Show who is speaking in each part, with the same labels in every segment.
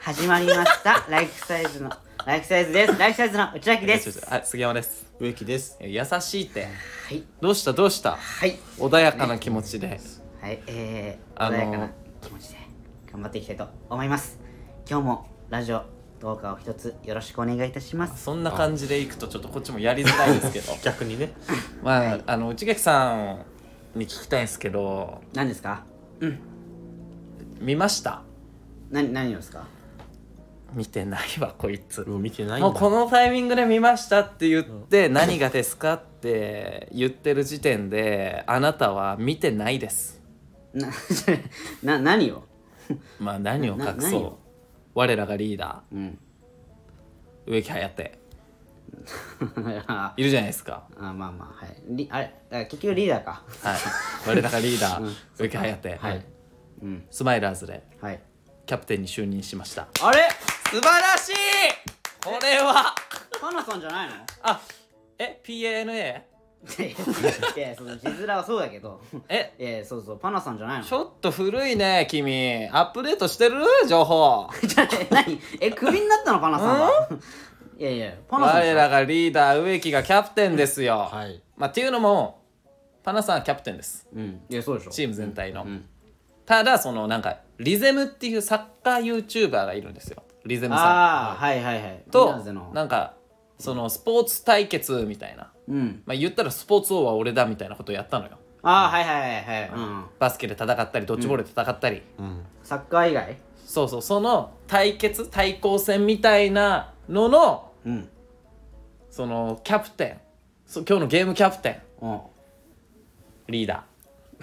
Speaker 1: 始まりました ライフサイズのライフサイズですライフサイズの内
Speaker 2: あ
Speaker 1: 崎ですは
Speaker 2: 杉山です
Speaker 3: 植木です
Speaker 2: 優しいって
Speaker 1: い
Speaker 2: どうしたどうした
Speaker 1: はい
Speaker 2: 穏やかな気持ちで
Speaker 1: はいえー、
Speaker 2: あ
Speaker 1: 穏
Speaker 2: のー
Speaker 1: やかな気持ちで頑張っていきたいと思います今日もラジオ動画を一つよろしくお願いいたします
Speaker 2: そんな感じでいくとちょっとこっちもやりづらいですけど
Speaker 3: 逆にね
Speaker 2: まああの内垣さんに聞きたいんですけど
Speaker 1: 何ですか
Speaker 2: 見ました
Speaker 1: 何何をですか
Speaker 2: 見てないわこいつ
Speaker 3: もう見てないんだ
Speaker 2: もうこのタイミングで見ましたって言って何がですかって言ってる時点であなたは見てないです
Speaker 1: な な何を
Speaker 2: まあ何を隠
Speaker 1: な何
Speaker 2: そ
Speaker 1: を
Speaker 2: う我らがリーダ
Speaker 1: うん
Speaker 2: ー植木颯
Speaker 1: あ
Speaker 2: いるじゃないですか
Speaker 1: まあまあはいリあれあ結局リーダーか
Speaker 2: はい我らがリーダー植木颯
Speaker 1: はいうん
Speaker 2: スマイラーズで
Speaker 1: はい
Speaker 2: キャプテンに就任しました
Speaker 1: あれ
Speaker 2: 素晴らしいこれは
Speaker 1: カナさんじゃないの
Speaker 2: あえ PANA?
Speaker 1: いやいやその字面はそうだけど
Speaker 2: え
Speaker 1: いやいやそうそうパナさんじゃないの
Speaker 2: ちょっと古いね君アップデートしてる情報
Speaker 1: ちょっとえ何えクビになったのパナさんはいやいやパナさんでし
Speaker 2: 我
Speaker 1: ょ
Speaker 2: らがリーダー植木がキャプテンですよ、
Speaker 3: はい
Speaker 2: まあ、っていうのもパナさんはキャプテンです
Speaker 1: うんいやそうでしょ
Speaker 2: チーム全体の、
Speaker 1: ん
Speaker 2: ただそのなんかリゼムっていうサッカー YouTuber がいるんですよリゼムさ
Speaker 1: ああはいはいはい
Speaker 2: ん
Speaker 1: ミラ
Speaker 2: と
Speaker 1: ーズの
Speaker 2: なんかそのスポーツ対決みたいな、
Speaker 1: うん
Speaker 2: まあ、言ったらスポーツ王は俺だみたいなことをやったのよ
Speaker 1: ああはいはいはいはいうん
Speaker 2: バスケで戦ったりドッジボールで戦ったり、
Speaker 3: うん
Speaker 1: サッカー以外
Speaker 2: そうそうその対決対抗戦みたいなのの
Speaker 1: うん
Speaker 2: そのキャプテンそう今日のゲームキャプテ
Speaker 1: お
Speaker 2: ンリーダ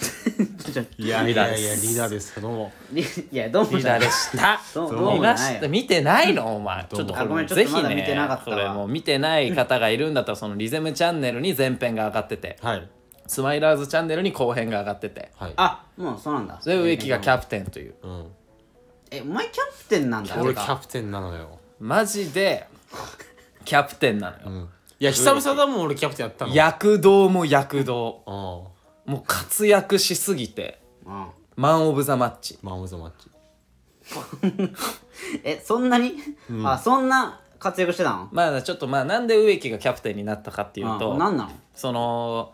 Speaker 1: ちょっと
Speaker 3: いや
Speaker 2: リ
Speaker 3: い
Speaker 2: ーダー
Speaker 3: や
Speaker 2: です
Speaker 3: いやリーダーですけども
Speaker 1: リ いやどう
Speaker 2: ー
Speaker 1: も
Speaker 2: リー
Speaker 1: じゃ
Speaker 2: ダ
Speaker 1: ない
Speaker 2: ーでした
Speaker 1: どうどうもじ
Speaker 2: 見
Speaker 1: ゃ
Speaker 2: ま
Speaker 1: な
Speaker 2: し
Speaker 1: い
Speaker 2: た
Speaker 1: よ
Speaker 2: 見てないのお前ち
Speaker 3: どう
Speaker 2: ょっ
Speaker 3: も
Speaker 2: と
Speaker 3: あ
Speaker 1: ご
Speaker 2: こ
Speaker 1: め
Speaker 2: れ
Speaker 1: んちょっ
Speaker 2: ぜ
Speaker 1: と
Speaker 2: ひ
Speaker 1: まだ見てなか
Speaker 2: ね
Speaker 1: った
Speaker 2: こ
Speaker 1: わ
Speaker 2: れもう見てない方がいるんだったらそのリゼムチャンネルに前編が上がってて
Speaker 3: はい
Speaker 2: スマイラーズチャンネルに後編が上がってて
Speaker 3: はい
Speaker 1: あもうそうなんだ
Speaker 2: で植木がキャプテンという
Speaker 3: うん
Speaker 1: えお前キャプテンなんだ
Speaker 3: 俺キャプテンなのよ
Speaker 2: マジで キャプテンなのよ
Speaker 3: うんいや久々だもん俺キャプテンやったの
Speaker 2: 躍動も躍動
Speaker 3: うん
Speaker 2: もう活躍しすぎて
Speaker 1: うん
Speaker 2: マン・オブ・ザ・マッチ
Speaker 3: マン・オブ・ザ・マッチ
Speaker 1: えそんなにあそんな活躍してたの
Speaker 2: まあちょっとまあなんで植木がキャプテンになったかっていうと
Speaker 1: あ何なの
Speaker 2: その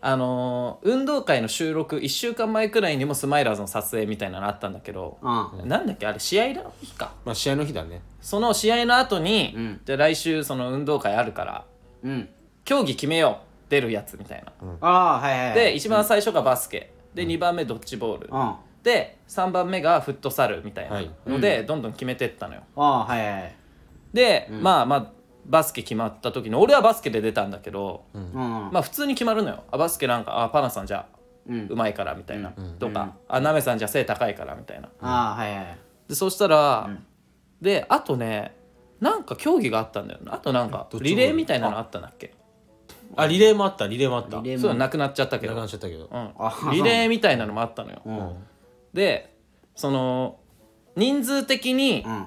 Speaker 2: あのー運動会の収録1週間前くらいにもスマイラーズの撮影みたいなのあったんだけど、
Speaker 1: う
Speaker 2: なんだっけあれ試合の日か
Speaker 3: まあ試合の日だね
Speaker 2: その試合の後に、
Speaker 1: うん
Speaker 2: じゃあ来週その運動会あるから
Speaker 1: うん
Speaker 2: 競技決めよう出るやつみたいな、
Speaker 1: ああーはいはいはい
Speaker 2: で一番最初がバスケ、で2番目ドッジボール、
Speaker 1: うんあ
Speaker 2: で3番目がフットサルみたい
Speaker 3: は
Speaker 2: ないので、どんどん決めてったのよ
Speaker 1: あーはいはいはい
Speaker 2: で、まあまあバスケ決まった時に俺はバスケで出たんだけど、
Speaker 1: うん
Speaker 2: まあ普通に決まるのよあバスケなんかあパナさんじゃ
Speaker 1: うん
Speaker 2: うまいからみたいな、とか、あナメさんじゃ背高いからみたいな
Speaker 1: ああはいはい
Speaker 2: でそしたら、であとねなんか競技があったんだよなあとなんか
Speaker 3: どっちも
Speaker 2: リレーみたいなのあったんだっけ
Speaker 3: あリレーもあったリレーもあった
Speaker 1: リレー
Speaker 2: そういうのなくなっちゃったけ
Speaker 3: な
Speaker 2: ど、う
Speaker 3: くなっちゃったけど
Speaker 2: ん、リレーみたいなのもあったのよ、
Speaker 1: うん
Speaker 2: でその人数的に
Speaker 1: うん
Speaker 2: 1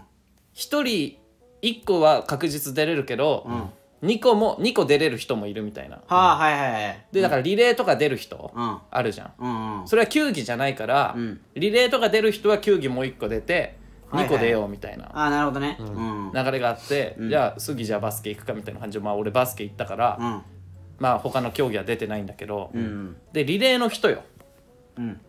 Speaker 2: 人1個は確実出れるけど、
Speaker 1: ん
Speaker 2: 2個も2個出れる人もいるみたいな
Speaker 1: はあはいはいはい
Speaker 2: でだからリレーとか出る人
Speaker 1: うん
Speaker 2: あるじゃん
Speaker 1: うんうん
Speaker 2: それは球技じゃないから、
Speaker 1: ん
Speaker 2: リレーとか出る人は球技もう1個出て
Speaker 1: はいは
Speaker 2: 2
Speaker 1: い
Speaker 2: 個出ようみたいな
Speaker 1: ああなるほどねうん
Speaker 2: 流れがあって、じゃあ杉じゃあバスケ行くかみたいな感じで、まあ、俺バスケ行ったから、
Speaker 1: うん
Speaker 2: まあ他の競技は出てないんだけど、
Speaker 1: うん
Speaker 2: でリレーの人よ
Speaker 1: うん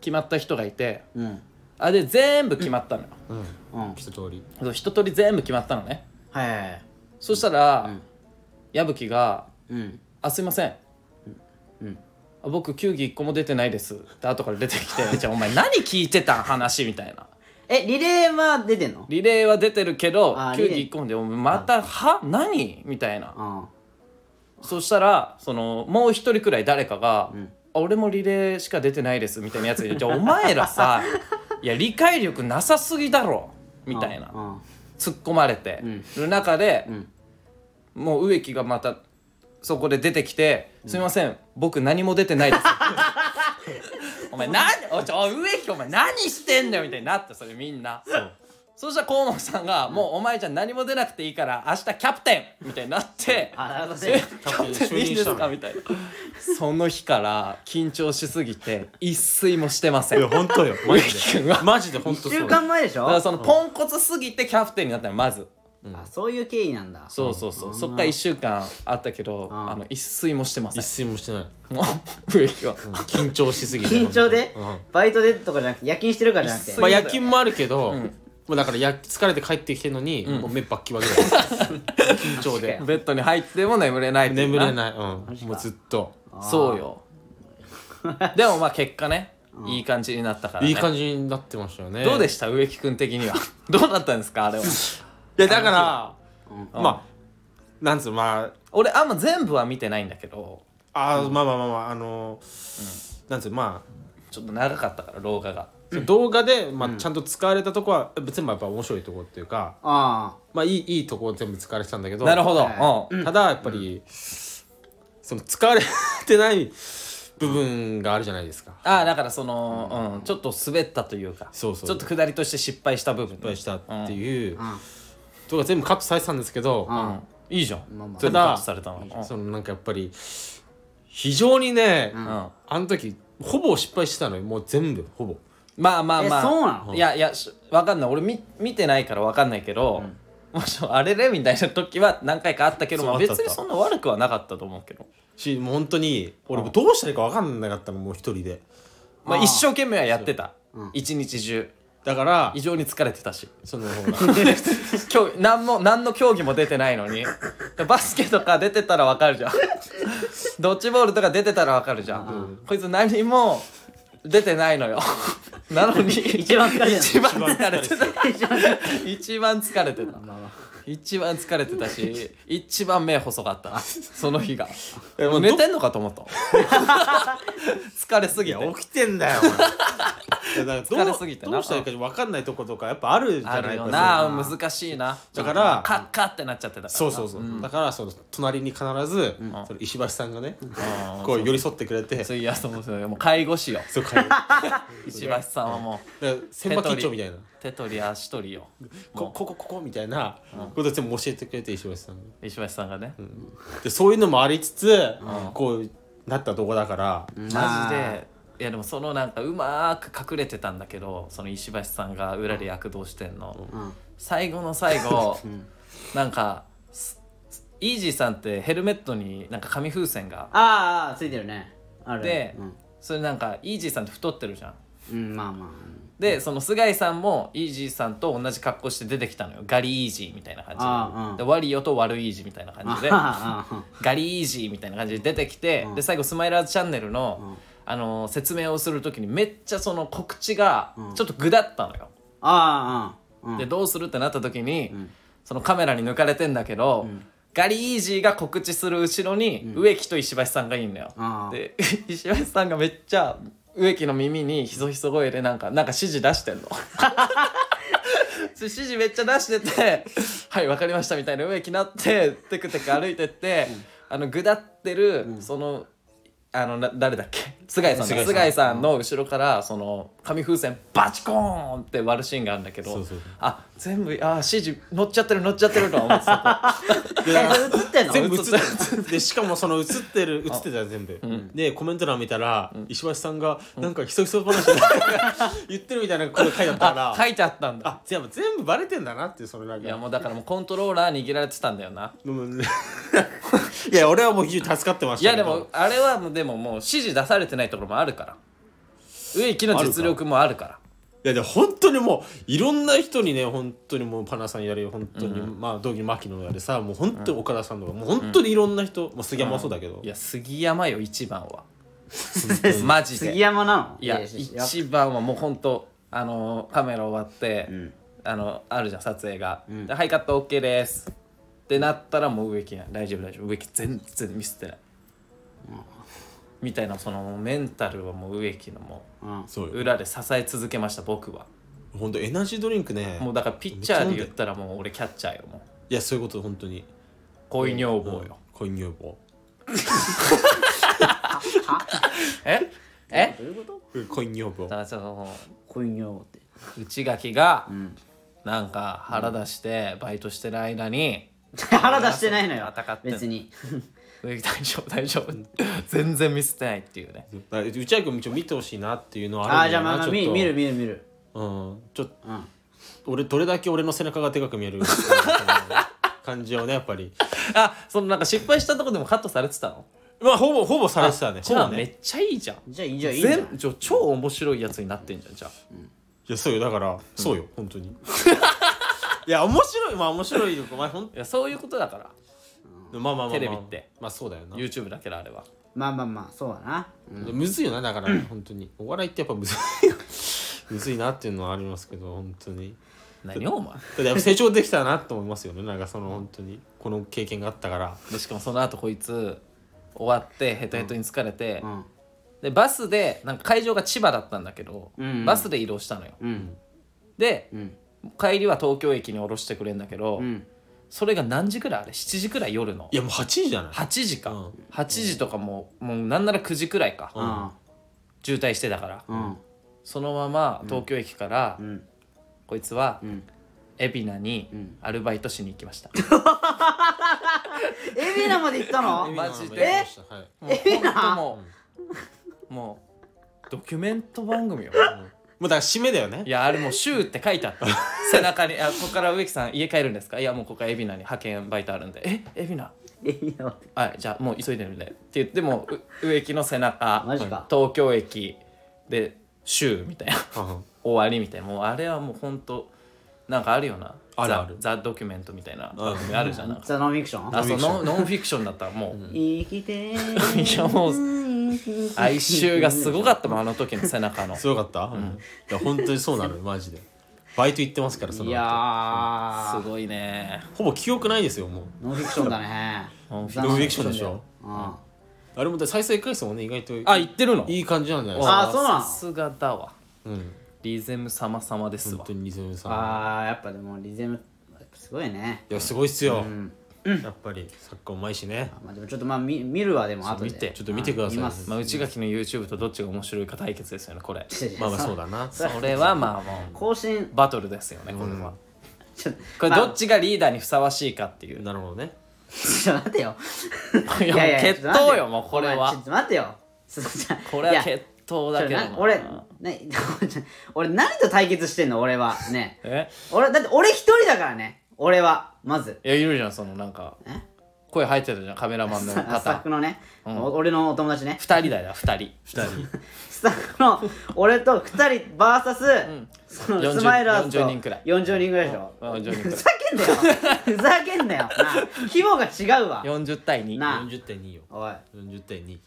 Speaker 2: 決まった人がいて
Speaker 1: うん
Speaker 2: あで全部決まったのよ、
Speaker 3: うん
Speaker 1: うん
Speaker 3: 一通り
Speaker 2: そう一通り全部決まったのね
Speaker 1: はいはいはい
Speaker 2: そしたら、
Speaker 1: ん
Speaker 2: 矢吹が
Speaker 1: うん
Speaker 2: 「あすいません」
Speaker 1: うん
Speaker 2: あ僕球技1個も出てないです」って後から出てきて 「じゃあお前何聞いてたん話」みたいな
Speaker 1: えリレーは出てんの
Speaker 2: リレーは出てるけど
Speaker 1: あー
Speaker 2: 球
Speaker 1: リレ
Speaker 2: 技
Speaker 1: ー
Speaker 2: 1個もでお前また「は何?」みたいな
Speaker 1: うん
Speaker 2: そしたらそのもう一人くらい誰かが、あ俺もリレーしか出てないです」みたいなやつで「じゃあお前 らさいや理解力なさすぎだろ」みたいな
Speaker 1: うん
Speaker 2: 突っ込まれてる中で、もう植木がまたそこで出てきて「すみません僕何も出て ないです」お前何おいちょおい植木お前何してんだよみたいになってそれみんなそそしたら河本さんが「もうお前じゃ何も出なくていいから明日キャプテン!」みたいになって
Speaker 1: あなるほど
Speaker 2: え
Speaker 1: ね
Speaker 2: キャプテンでいいんですかみたいなその日から緊張しすぎて一睡もしてません
Speaker 3: いや
Speaker 2: だか
Speaker 3: 本 当よマジで
Speaker 2: うわ
Speaker 3: マジで本当
Speaker 1: 1
Speaker 3: そう
Speaker 1: 週間前でしょ
Speaker 2: らそのポンコツすぎてキャプテンになったのまず
Speaker 1: あそういう経緯なんだ
Speaker 2: そうそうそう
Speaker 1: あー
Speaker 2: そっから1週間あったけど
Speaker 1: あー
Speaker 2: あの一睡もしてませ
Speaker 3: 一
Speaker 2: ん
Speaker 3: 睡もしてない
Speaker 2: もう植木は
Speaker 3: 緊張しすぎて
Speaker 1: 緊張で
Speaker 3: うん
Speaker 1: バイトでとかじゃなくて夜勤してるからじゃなくて
Speaker 2: 一睡
Speaker 3: まあ夜勤もあるけどもうだからや疲れて帰ってきてるのにもう目バッキバキ だよ緊張で
Speaker 2: ベッドに入っても眠れないっていう
Speaker 3: 眠
Speaker 2: な
Speaker 3: れないうん
Speaker 1: ジか
Speaker 3: もうずっと
Speaker 2: そうよでもまあ結果ねいい感じになったからね
Speaker 3: いい感じになってましたよね
Speaker 2: どうでした植木君的にはどうだったんですかあれはい
Speaker 3: やだからまあなんつうのまあ
Speaker 2: 俺あんま全部は見てないんだけど
Speaker 3: あーまあまあまあまああのーなんつうのまあ
Speaker 2: ちょっと長かったから廊下が
Speaker 3: その動画でまあちゃんと使われたとこは全部やっぱ面白いとこっていうか
Speaker 1: あ
Speaker 3: まあいいいいとこを全部使われてたんだけど
Speaker 2: なるほど、
Speaker 1: は
Speaker 2: うん
Speaker 3: ただやっぱり、その使われてない部分があるじゃないですか。
Speaker 2: ああだからその、うん、ちょっと滑ったというか
Speaker 3: そうそう
Speaker 2: ちょっと下りとして失敗した部分失
Speaker 3: 失敗したっていう、
Speaker 1: あ
Speaker 3: とか全部カットされてたんですけど、
Speaker 1: ああ
Speaker 2: いいじゃん、
Speaker 1: まあまあ
Speaker 2: 全部カットされたのうん
Speaker 3: そのなんかやっぱり非常にね、
Speaker 2: うん
Speaker 3: あの時ほぼ失敗してたのよもう全部ほぼ。
Speaker 2: まあまあまあ
Speaker 1: えそうなの
Speaker 2: いやいやしわかんない俺み見てないからわかんないけど、もしあれれみたいな時は何回かあったけど、
Speaker 3: そ
Speaker 2: ま
Speaker 3: う
Speaker 2: あ
Speaker 3: あった
Speaker 2: 別にそんな悪くはなかったと思うけど
Speaker 3: しもう本当に俺もどうしたらいいか分かんなかったのもう一人で
Speaker 2: まあ
Speaker 1: あー
Speaker 2: 一生懸命はやってた、一日中
Speaker 3: だから
Speaker 2: 異常に疲れてたし
Speaker 3: そのほら
Speaker 2: 今日何も何の競技も出てないのにバスケとか出てたらわかる じゃんドッジボールとか出てたらわかるじゃん、こいつ何も出てないのよ なのに
Speaker 1: あ一番疲れてる
Speaker 2: 一番疲れてた
Speaker 1: 一番疲れて
Speaker 2: 一番疲れてた
Speaker 1: るまあまあ
Speaker 2: 一番疲れてたし一番目細かったその日が
Speaker 3: えもうど
Speaker 2: 寝てんのかと思 った疲れすぎて
Speaker 3: 起きてんだよ お前いやだ から
Speaker 2: 疲
Speaker 3: ど
Speaker 2: れ
Speaker 3: う
Speaker 2: すぎてな
Speaker 3: どうしたらいいか分かんないとことかやっぱあるじ
Speaker 2: あ
Speaker 3: ゃな
Speaker 2: る
Speaker 3: いか
Speaker 2: よな難しいな
Speaker 3: だから
Speaker 2: カッカってなっちゃってたから
Speaker 3: そうそうそう、だからその隣に必ず、その石橋さんがね、こう寄り添ってくれて、
Speaker 2: そういやそうそうもう介護士よ
Speaker 3: そうかだか
Speaker 2: 石橋さんはもう
Speaker 3: ら千葉緊張みたいな
Speaker 2: 手取り足取りよ
Speaker 3: こここここみたいなこと全部教えてくれて石橋さんが
Speaker 2: 石橋さんがね
Speaker 3: でそういうのもありつつ、こうなったとこだから、
Speaker 2: マジでいやでもそのなんかうまーく隠れてたんだけどその石橋さんが裏で躍動してんの
Speaker 1: うん
Speaker 2: 最後の最 後なんかすすイージーさんってヘルメットになんか紙風船が
Speaker 1: ああついてるねある
Speaker 2: で
Speaker 1: うん
Speaker 2: それなんかイージーさんって太ってるじゃん
Speaker 1: うんまあまあ
Speaker 2: でその菅井さんもイージーさんと同じ格好して出てきたのよガリイージーみたいな
Speaker 1: ああう
Speaker 2: 感
Speaker 1: ん
Speaker 2: じでで悪いよと悪いイージーみたいな感じ で
Speaker 1: ああああ
Speaker 2: ガリイージーみたいな感じで出てきて、で最後スマイラーズチャンネルの、あのー説明をするときにめっちゃその告知がちょっと具だったのよ、
Speaker 1: ああうん
Speaker 2: でどうするってなった時に、そのカメラに抜かれてんだけど、ガリイージーが告知する後ろに植木と石橋さんがいんのよ、
Speaker 1: ああ
Speaker 2: で 石橋さんがめっちゃ植木の耳にひそひそ声でなんかなんか指示出 してんの指示めっちゃ出してて「はいわかりました」みたいな植木なってテクテク歩いてって、あのぐだってる、そのあのな誰だっけ菅井さんだ
Speaker 3: 菅井さん
Speaker 2: 菅井さんの後ろからその紙風船バチコーンって割るシーンがあるんだけど
Speaker 3: そうそうそう
Speaker 2: あ全部あ指示乗っちゃってる乗っちゃってるとは思って た
Speaker 3: で
Speaker 1: えそれ映ってんの
Speaker 3: 全部映 ってでしかもその映ってる映ってたよ全部、でコメント欄見たら、石橋さんがなんかひそひそ話で 言ってるみたいなこと書いてあったから
Speaker 2: あ書いてあったんだ
Speaker 3: あじゃあ全部バレてんだなっていうそのなん
Speaker 2: いや
Speaker 3: か
Speaker 2: もうだからもうコントローラー握られてたんだよな
Speaker 3: うんいや俺はもう非常に助かってまし
Speaker 2: いや
Speaker 3: たけ
Speaker 2: で
Speaker 3: ど
Speaker 2: もあれはもうでももう指示出されてないところもあるから植木の実力もあるから
Speaker 3: いやでも本当にもういろんな人にね本当にもうパナさんやれ本当に、まあ同期牧野やれさもう本当に岡田さんとか、もう本当にいろんな人、もう杉山もそうだけど、
Speaker 2: いや杉山よ一番はマジで
Speaker 1: 杉山なの
Speaker 2: いや
Speaker 1: いや
Speaker 2: 一番はもうほんとあのカメラ終わって、あのあるじゃん撮影が、ではいカット OK ですってなったらもう植木が大丈夫大丈夫植木全然ミスってない、みたいなそのメンタルはもう植木のも
Speaker 1: うん
Speaker 3: そ
Speaker 2: う
Speaker 3: うよ
Speaker 2: 裏で支え続けました僕は
Speaker 3: 本当エナジードリンクね
Speaker 2: もうだからピッチャーで言ったらもう俺キャッチャーよもう
Speaker 3: いやそういうこと本当に
Speaker 2: 恋女房よ、
Speaker 3: 恋女房
Speaker 2: ええ
Speaker 3: 恋女房
Speaker 2: だからその
Speaker 1: こういうにおって
Speaker 2: 内垣がなんか腹出してバイトしてる間に
Speaker 1: 腹出してないのよ
Speaker 2: 戦ってんの
Speaker 1: 別に
Speaker 2: 植木大丈夫大丈夫全然ミスってないっていうね
Speaker 3: だから内君も一応見てほしいなっていうのは
Speaker 1: あ
Speaker 3: あ
Speaker 1: あ
Speaker 3: るん
Speaker 1: じ
Speaker 3: だ
Speaker 1: ゃあ
Speaker 3: よ
Speaker 1: まあまあ
Speaker 3: なちょっ
Speaker 1: 見
Speaker 3: と
Speaker 1: 見る見る見る
Speaker 3: うんちょっと
Speaker 1: うん
Speaker 3: 俺どれだけ俺の背中がでかく見える感じをねやっぱり
Speaker 2: あそのなんか失敗したとこでもカットされてたの
Speaker 3: まあほぼほぼされてたね
Speaker 2: じゃあ
Speaker 3: ほぼ
Speaker 2: め
Speaker 3: ね
Speaker 2: っちゃいいじゃん
Speaker 1: じゃあいいじゃあいいじゃん
Speaker 2: 全じゃあ超面白いやつになってんじゃんじゃあ
Speaker 3: いやそうよだから、そうよ本当 にいや面白いまあ面白いよお前ほん
Speaker 2: いやそういうことだから
Speaker 3: まあまあまあまあ
Speaker 2: テレビって
Speaker 3: まあそうだよな
Speaker 2: YouTube だけどあれは
Speaker 1: まあまあまあそうだな
Speaker 3: むずいよなだ から本当にお笑いってやっ ぱむずいよむずいなっていうのはありますけど本当に
Speaker 2: 何お前
Speaker 3: ただやっぱ成長できたなと思いますよねなんかその本当にこの経験があったから
Speaker 2: でしかもその後こいつ終わってヘトヘトに疲れて、
Speaker 1: うん
Speaker 2: でバスでなんか会場が千葉だったんだけど、
Speaker 1: ん
Speaker 2: バスで移動したのよ、
Speaker 1: うん
Speaker 2: で、
Speaker 1: ん
Speaker 2: 帰りは東京駅に降ろしてくれんだけど、
Speaker 1: ん
Speaker 2: それが何時くらいあれ7時くらい夜の
Speaker 3: いやもう8時じゃない
Speaker 2: 8時か、
Speaker 3: うん
Speaker 2: 8時とかもうもうなんなら9時くらいか、
Speaker 1: うん
Speaker 2: 渋滞してたから、
Speaker 1: うん
Speaker 2: そのまま東京駅から、
Speaker 1: ん
Speaker 2: こいつは
Speaker 1: ん
Speaker 2: 海老名にアルバイトしに行きました、
Speaker 1: エビナまで行ったの
Speaker 2: マジで
Speaker 3: えはい
Speaker 2: もう本当もうもうドキュメント番組よ
Speaker 3: もうだから締めだよね
Speaker 2: いやあれもう「週」って書いて あった背中に「あここから植木さん家帰るんですか?」「いやもうここから海老名に派遣バイトあるんで」「え海老名
Speaker 1: エビナまで
Speaker 2: はいじゃあもう急いでるんで」って言ってもう植木の背中
Speaker 1: マジか
Speaker 2: 東京駅で「週」みたいな
Speaker 3: うん
Speaker 2: 終わりみたいなもうあれはもうほんとなんかあるよな
Speaker 3: あるある
Speaker 2: ザ・ザドキュメントみたいな番組あるじゃんなんか
Speaker 1: ザ・ノンフィクション
Speaker 2: あそうノンノンフィクションだったらもう、
Speaker 1: 生きて
Speaker 2: いやもう
Speaker 1: う
Speaker 2: 哀愁がすごかったもんあの時の背中 の
Speaker 3: すごかった、うん、いや本当にそうなのよマジでバイト行ってますからその
Speaker 1: い
Speaker 3: 後
Speaker 1: や
Speaker 2: す
Speaker 1: ー
Speaker 2: ごいね
Speaker 3: ほぼ記憶ないですよもう
Speaker 1: ノンフィクションだね
Speaker 2: ノンフィ
Speaker 1: ザ
Speaker 3: ノンフィクションでしょ
Speaker 1: うん
Speaker 3: あれもだ再生回数もね意外と
Speaker 2: あ言ってるの
Speaker 3: いい感じなんじゃないですか
Speaker 1: あそうなの
Speaker 2: さすがだわ
Speaker 3: うん
Speaker 2: リゼム様様です
Speaker 3: 本
Speaker 2: わ
Speaker 3: 当にリズムさん
Speaker 1: あーやっぱでもリズムすごいね
Speaker 3: いやすごいっすよ、やっぱりサッカーうまいしね
Speaker 1: まあでもちょっとまあ見見るわでも後で
Speaker 2: 見て
Speaker 3: ちょっと見てください
Speaker 1: うん見ます
Speaker 2: まあ内垣の YouTube とどっちが面白いか対決ですよねこれ
Speaker 3: まあまあそうだな
Speaker 2: それはまあも
Speaker 1: 更新
Speaker 2: うバトルですよねこれは
Speaker 1: ちょっと
Speaker 2: これどっちがリーダーにふさわしいかっていう
Speaker 3: なるほどね
Speaker 1: ちょっと待てよ
Speaker 2: いや決闘よもうこれは
Speaker 1: ちょっと待てよちょっと待ってよ
Speaker 2: これは
Speaker 1: ちょっ
Speaker 2: 決闘
Speaker 1: と
Speaker 2: だ
Speaker 1: 待
Speaker 2: け
Speaker 1: ってよやちょっ
Speaker 2: どない
Speaker 1: とな 俺ね俺何と対決してんの俺はね
Speaker 2: え
Speaker 1: 俺だって俺一人だからね俺はまず
Speaker 2: いやいるじゃんそのなんか声入ってたじゃんカメラマンの
Speaker 1: スタッ
Speaker 2: 方
Speaker 1: フのね、お俺のお友達ね
Speaker 2: 二人だよ二人
Speaker 3: 2人
Speaker 1: スタッフの俺と2人バーサス、その
Speaker 2: 40
Speaker 1: スマイラーズと
Speaker 2: 40人くらい
Speaker 1: 40人くらいでしょ
Speaker 2: うん40人くらい
Speaker 1: ふざけんなよふざけんなよなあ規模が違うわ
Speaker 2: 40対2
Speaker 1: なあ
Speaker 3: 40.2よ
Speaker 1: おい、
Speaker 3: 40.2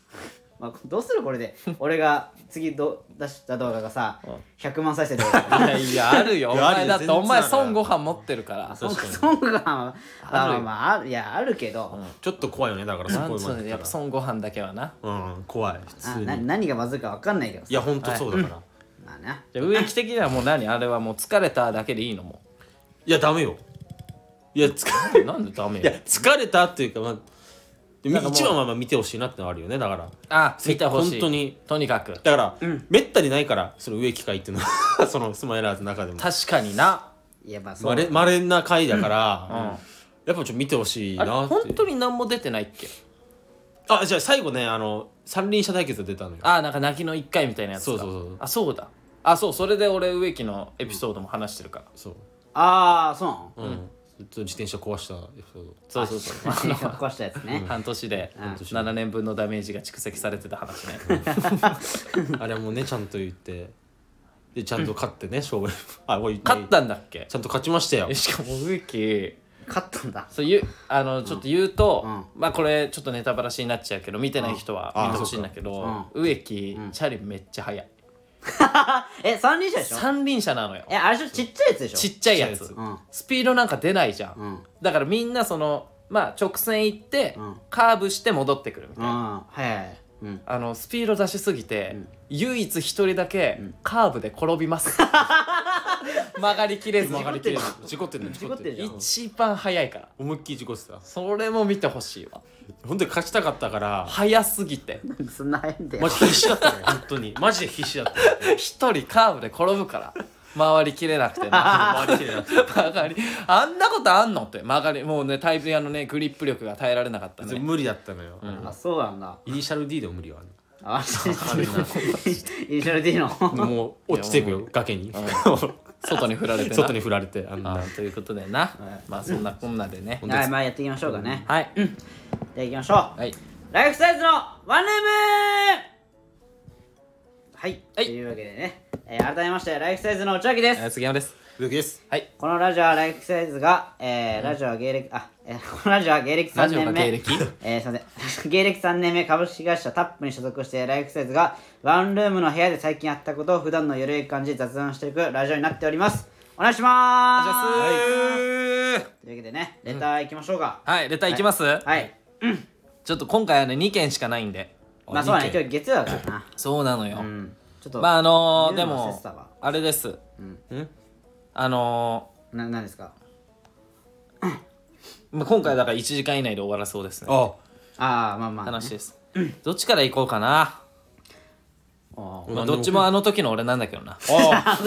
Speaker 1: まあ、どうするこれで俺が次ど出した動画がさ100万再生と
Speaker 2: い
Speaker 1: か
Speaker 2: やいやあるよお
Speaker 3: いやある
Speaker 2: 前
Speaker 3: よ
Speaker 2: だって
Speaker 3: 全然
Speaker 2: お前
Speaker 3: あるよ
Speaker 2: 孫悟飯持ってるから
Speaker 1: そ
Speaker 3: 確かに
Speaker 1: ソングはまあま
Speaker 2: あ
Speaker 1: あ
Speaker 2: るよ
Speaker 1: まああるいやあるけど、
Speaker 3: ちょっと怖いよねだからそ
Speaker 2: な
Speaker 3: こ
Speaker 2: んつう
Speaker 3: ま
Speaker 2: の
Speaker 3: で
Speaker 2: や
Speaker 3: 来
Speaker 2: ったぱ
Speaker 3: ら
Speaker 2: 孫悟飯だけはな
Speaker 3: うん怖い普
Speaker 1: な
Speaker 3: 通
Speaker 1: な
Speaker 3: に
Speaker 1: 何がまずいか分かんないけどさ
Speaker 3: いやほんとそうだから、
Speaker 1: まあな
Speaker 2: じゃあ植木的にはもう何あれはもう疲れただけでいいのも
Speaker 3: いやダメよいや疲 れ
Speaker 2: うなんでダメ
Speaker 3: いや
Speaker 2: よ
Speaker 3: 疲れたっていうかまあでも
Speaker 2: かもう
Speaker 3: 一番はまあ見てほしいなってのはあるよねだから
Speaker 2: あ見てほしい
Speaker 3: 本当に
Speaker 2: とにかく
Speaker 3: だから、めったにないからその植木会っていうのは そのスマイラーズの中でも
Speaker 2: 確かにない
Speaker 1: やまあそう
Speaker 3: まれまれな回だから、やっぱちょっと見てほしい
Speaker 2: あれ
Speaker 3: なって
Speaker 2: 本当に何も出てないっけ
Speaker 3: あじゃあ最後ねあの三輪車対決が出たのよ
Speaker 2: あなんか泣きの一回みたいなやつか
Speaker 3: そうそうそう
Speaker 2: あそうだあそうそれで俺植木のエピソードも話してるから
Speaker 3: そう
Speaker 1: ああそうなの
Speaker 3: うん、ずっと自転車壊したエピソード
Speaker 2: そうそうそうあの
Speaker 1: 壊したやつね、
Speaker 2: 半年で7年分のダメージが蓄積されてた話ね
Speaker 3: あれもねちゃんと言ってでちゃんと勝ってね勝負 あこれ言って
Speaker 2: 勝ったんだっけ
Speaker 3: ちゃんと勝ちましたよ
Speaker 2: え しかも植木
Speaker 1: 勝ったんだ
Speaker 2: そういうあのちょっと言うと、まあこれちょっとネタバラシになっちゃうけど見てない人は
Speaker 3: うんあ
Speaker 2: 見てほしいんだけど、植木、チャリめっちゃ速い
Speaker 1: え三輪車でしょ
Speaker 2: 三輪車なのよ
Speaker 1: えあれちょちっちゃいやつでしょ
Speaker 2: ちっちゃいやつ
Speaker 3: ちっちゃ
Speaker 1: や
Speaker 3: い
Speaker 1: つうん
Speaker 2: スピードなんか出ないじゃん、
Speaker 1: ん
Speaker 2: だからみんなそのまあ直線行って、
Speaker 1: ん
Speaker 2: カーブして戻ってくるみたいな、
Speaker 1: ああはいはいはいうん
Speaker 2: あのスピード出しすぎて、唯一一人だけカーブで転びます、曲がりきれず
Speaker 3: 曲がりきれない事故ってるの
Speaker 1: 事故ってるじゃん
Speaker 2: 一番速いから
Speaker 3: 思いっきり事故ってた
Speaker 2: それも見てほしいわ
Speaker 3: 本当に勝ちたかった から
Speaker 2: 速すぎて
Speaker 1: そんな変だよ
Speaker 3: マジ必死だったね本当にマジで必死だった
Speaker 2: 一人カーブで転ぶから回りきれなくてね
Speaker 3: 回りきれなくて
Speaker 2: 曲がりあんなことあんのって曲がりもうねタイヤのねグリップ力が耐えられなかったね
Speaker 3: 無理だったのよ、
Speaker 1: あそうなんだ
Speaker 3: イニシャル D でも無理はあ
Speaker 1: あそうなんだイニシャル D の
Speaker 3: んのもう落ちていくよ崖に、
Speaker 2: 外に振られてな
Speaker 3: 外に振られてあんな
Speaker 2: あということでなまあそんなこんなでね
Speaker 1: はいまあやっていきましょうかね、
Speaker 2: はい
Speaker 1: じゃあいきましょう、
Speaker 2: はい
Speaker 1: ライフサイズのワンルームはい、
Speaker 2: はい
Speaker 1: というわけでね、えー改めましてライフサイズの内訳です、
Speaker 2: えー杉山です
Speaker 3: ルキです
Speaker 2: はい
Speaker 1: このラジオはライフサイズが、えーラジオは芸歴あ、えー このラジオは芸歴3
Speaker 2: ラジオ
Speaker 1: 年
Speaker 2: が
Speaker 1: 目
Speaker 2: 芸歴
Speaker 1: えーすいません芸歴3年目株式会社タップに所属しているライフサイズがワンルームの部屋で最近あったことを普段の緩い感じで雑談していくラジオになっておりますお願いします
Speaker 2: は
Speaker 1: という
Speaker 2: い
Speaker 1: わけでねレターいきましょうか、
Speaker 2: はいレターいきます
Speaker 1: はい
Speaker 2: ちょっと今回はね2件しかないんで
Speaker 1: まあそうだね
Speaker 3: 二件
Speaker 1: 今日月曜だからな
Speaker 2: そうなのよ
Speaker 1: うんちょっと
Speaker 2: まああのー
Speaker 1: 見
Speaker 2: で
Speaker 1: るの忘れ
Speaker 2: も
Speaker 1: てたわ
Speaker 2: あれです
Speaker 3: ん
Speaker 2: あの
Speaker 1: な何ですか
Speaker 2: ーまあ今回だから1時間以内で終わらそうですね
Speaker 3: あ
Speaker 1: ああまあまあ、
Speaker 2: 話ですどっちから行こうかな
Speaker 1: おう
Speaker 2: まあどっちもあの時の俺なんだけどな
Speaker 3: あ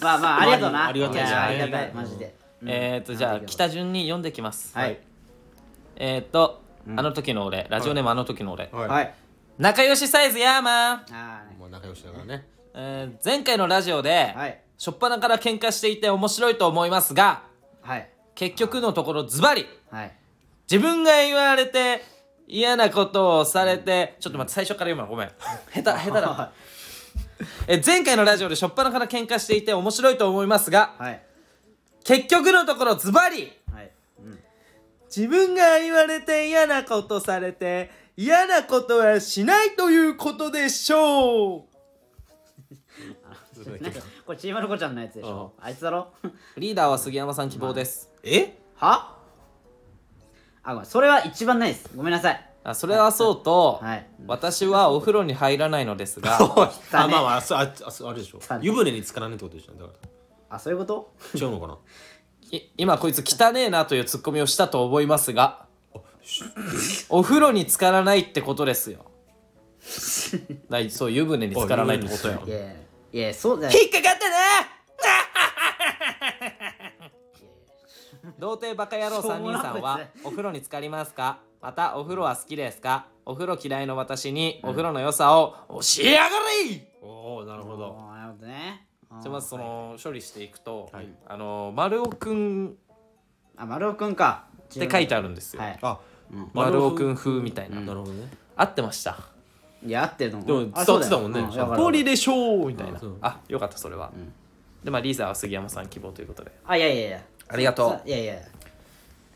Speaker 1: まあまあありがとうな
Speaker 3: ありがとう
Speaker 1: いやあり
Speaker 3: あ
Speaker 1: が
Speaker 3: りが
Speaker 1: た
Speaker 3: た
Speaker 1: い
Speaker 3: い
Speaker 1: マジでうん
Speaker 2: えっとじゃあ北順に読んできます
Speaker 1: はい
Speaker 2: えっとあの時の俺ラジオネームあの時の俺
Speaker 3: あはい、
Speaker 1: はい
Speaker 2: 仲良しサイズヤーマン
Speaker 1: あーね
Speaker 3: もう仲良しだからね
Speaker 2: えー前回のラジオで
Speaker 1: はい
Speaker 2: 初っ端から喧嘩していて面白いと思いますが
Speaker 1: はい
Speaker 2: 結局のところズバリ
Speaker 1: はい
Speaker 2: 自分が言われて嫌なことをされてちょっと待って最初から読むのご めん下手下手だわえ前回のラジオで初っ端から喧嘩していて面白いと思いますが
Speaker 1: はい
Speaker 2: 結局のところズバリ
Speaker 1: はいうん
Speaker 2: 自分が言われて嫌なことされて嫌なことはしないということでしょう
Speaker 1: なんかこれチームの子ちゃんのやつでしょあいつだろ
Speaker 2: リーダーは杉山さん希望です、
Speaker 3: え
Speaker 1: はあごめんそれは一番ないですごめんなさい
Speaker 2: あ、それはそうと、
Speaker 1: はい
Speaker 2: 私はお風呂に入らないのです
Speaker 1: だ
Speaker 2: が
Speaker 3: あ
Speaker 1: ね
Speaker 3: まあまあそうああそうあれでしょ
Speaker 1: だね
Speaker 3: 湯船に浸からないってことでしょだか
Speaker 1: あそういうこと
Speaker 3: ら違うのかない
Speaker 2: 今こいつ汚ねえなというツッコミをしたと思いますがお風呂に浸からないってことですよないそう湯船に浸からないってことよ
Speaker 1: いやいやいやそうだよ
Speaker 2: 引っかかったな童貞バカ野郎3人さんはお風呂に浸かりますかまたお風呂は好きですかお風呂嫌いの私にお風呂の良さを教えやがれ
Speaker 3: おおなるほ
Speaker 1: お
Speaker 3: ど
Speaker 1: ーなるほどねうん
Speaker 2: じゃあまずその処理していくと、
Speaker 3: はい
Speaker 2: あの丸尾くんっ
Speaker 1: あ丸尾くんかって
Speaker 2: 書いて
Speaker 1: あ
Speaker 2: あるんですよ、
Speaker 1: はい
Speaker 3: あ
Speaker 2: 丸尾くん風みたいな、
Speaker 3: なるほどね
Speaker 2: 合ってました
Speaker 1: いや合ってると
Speaker 3: で
Speaker 1: 思う
Speaker 3: も伝
Speaker 1: あ
Speaker 3: わ
Speaker 1: そう
Speaker 3: って
Speaker 1: だよ
Speaker 3: たもん
Speaker 1: う
Speaker 3: ね
Speaker 1: わかるわか
Speaker 2: 通
Speaker 1: る
Speaker 2: りでしょうみたいな
Speaker 3: あそう
Speaker 2: あよかったそれは、でまあリーザーは杉山さん希望ということで
Speaker 1: あいやいやいや
Speaker 2: ありがと
Speaker 1: いやいや
Speaker 2: う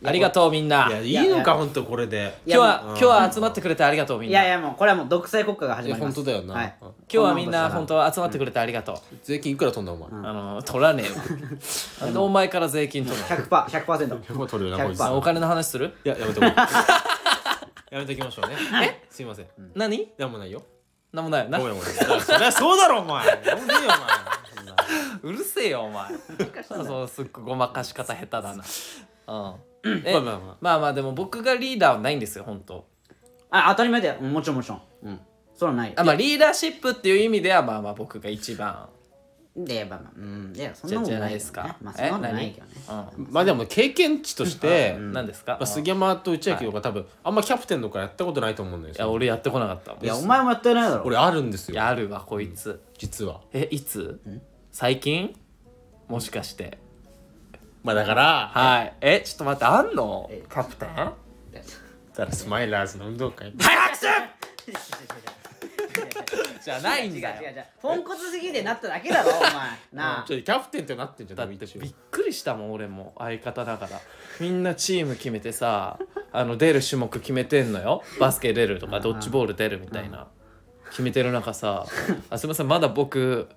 Speaker 2: ありがとうみんない今
Speaker 3: やいいのか本当これで
Speaker 1: い
Speaker 2: 日
Speaker 1: や
Speaker 2: は
Speaker 1: もう
Speaker 2: 今日は集まってくれてありがとうみん
Speaker 1: い
Speaker 2: な
Speaker 1: やいやもうこれはもう独裁国家が始まります
Speaker 3: いや本当だよな
Speaker 1: はい
Speaker 3: うん
Speaker 2: 今日はみんな本当集まってくれてありがとう、
Speaker 3: 税金いくら飛んだお前
Speaker 2: あの取らねえよなんでお前から税金取るの
Speaker 1: 100%、100%。
Speaker 3: 100%取るよなこいつ
Speaker 1: 100%
Speaker 2: あお金の話する
Speaker 3: いややめとこうやめときましょうね すいません
Speaker 2: 何
Speaker 3: なんもないよ
Speaker 2: なんもないよな
Speaker 3: ごめんごめんそりゃそりゃそうだろお前飲んでよお前そんな
Speaker 2: うるせえよお前そうすっごいごまかし方下手だなうんえ
Speaker 3: まあまあまあ
Speaker 2: まあまあでも僕がリーダーはないんですよ本当
Speaker 1: あ、当たり前だよ。もちろんもちろん。うん。それはないよ
Speaker 2: あ。まあリーダーシップっていう意味ではまあまあ僕が一番
Speaker 1: で、まあまあ、うん。いや、そん
Speaker 2: じ
Speaker 1: な
Speaker 2: ゃ
Speaker 1: もん
Speaker 2: じゃ
Speaker 1: な
Speaker 2: ない
Speaker 1: い
Speaker 2: で
Speaker 1: ですす
Speaker 2: か
Speaker 1: か。まあ、そんなもん
Speaker 2: え
Speaker 1: ないけどね。
Speaker 2: 何
Speaker 3: まあでも経験値として
Speaker 2: うん何ですか
Speaker 3: まあ杉山と内明が多分あんまキャプテンとかやったことないと思うんだ
Speaker 2: いや
Speaker 3: よ
Speaker 2: 俺やってこなかったもん
Speaker 1: いや、お前もやってないだ ろ。
Speaker 3: 俺あるんですよ
Speaker 2: やるわこいつ
Speaker 3: 実は
Speaker 2: えいつ最近もしかして
Speaker 3: まあだから
Speaker 2: はいえちょっと待ってあんの
Speaker 1: え
Speaker 2: キャプテン
Speaker 3: だからスマイラーズの運動 会
Speaker 2: じゃないん
Speaker 1: 違う
Speaker 2: だよ
Speaker 1: 違う違う。ポンコツすぎでなっただけだろ、お前。なあ。
Speaker 3: ちょっとキャプテンってなってんじゃん
Speaker 2: だってびっくりしたもん俺も相方だからみんなチーム決めてさ あの出る種目決めてんのよバスケ出るとかドッジボール出るみたいな決めてる中さ「あすいませんまだ僕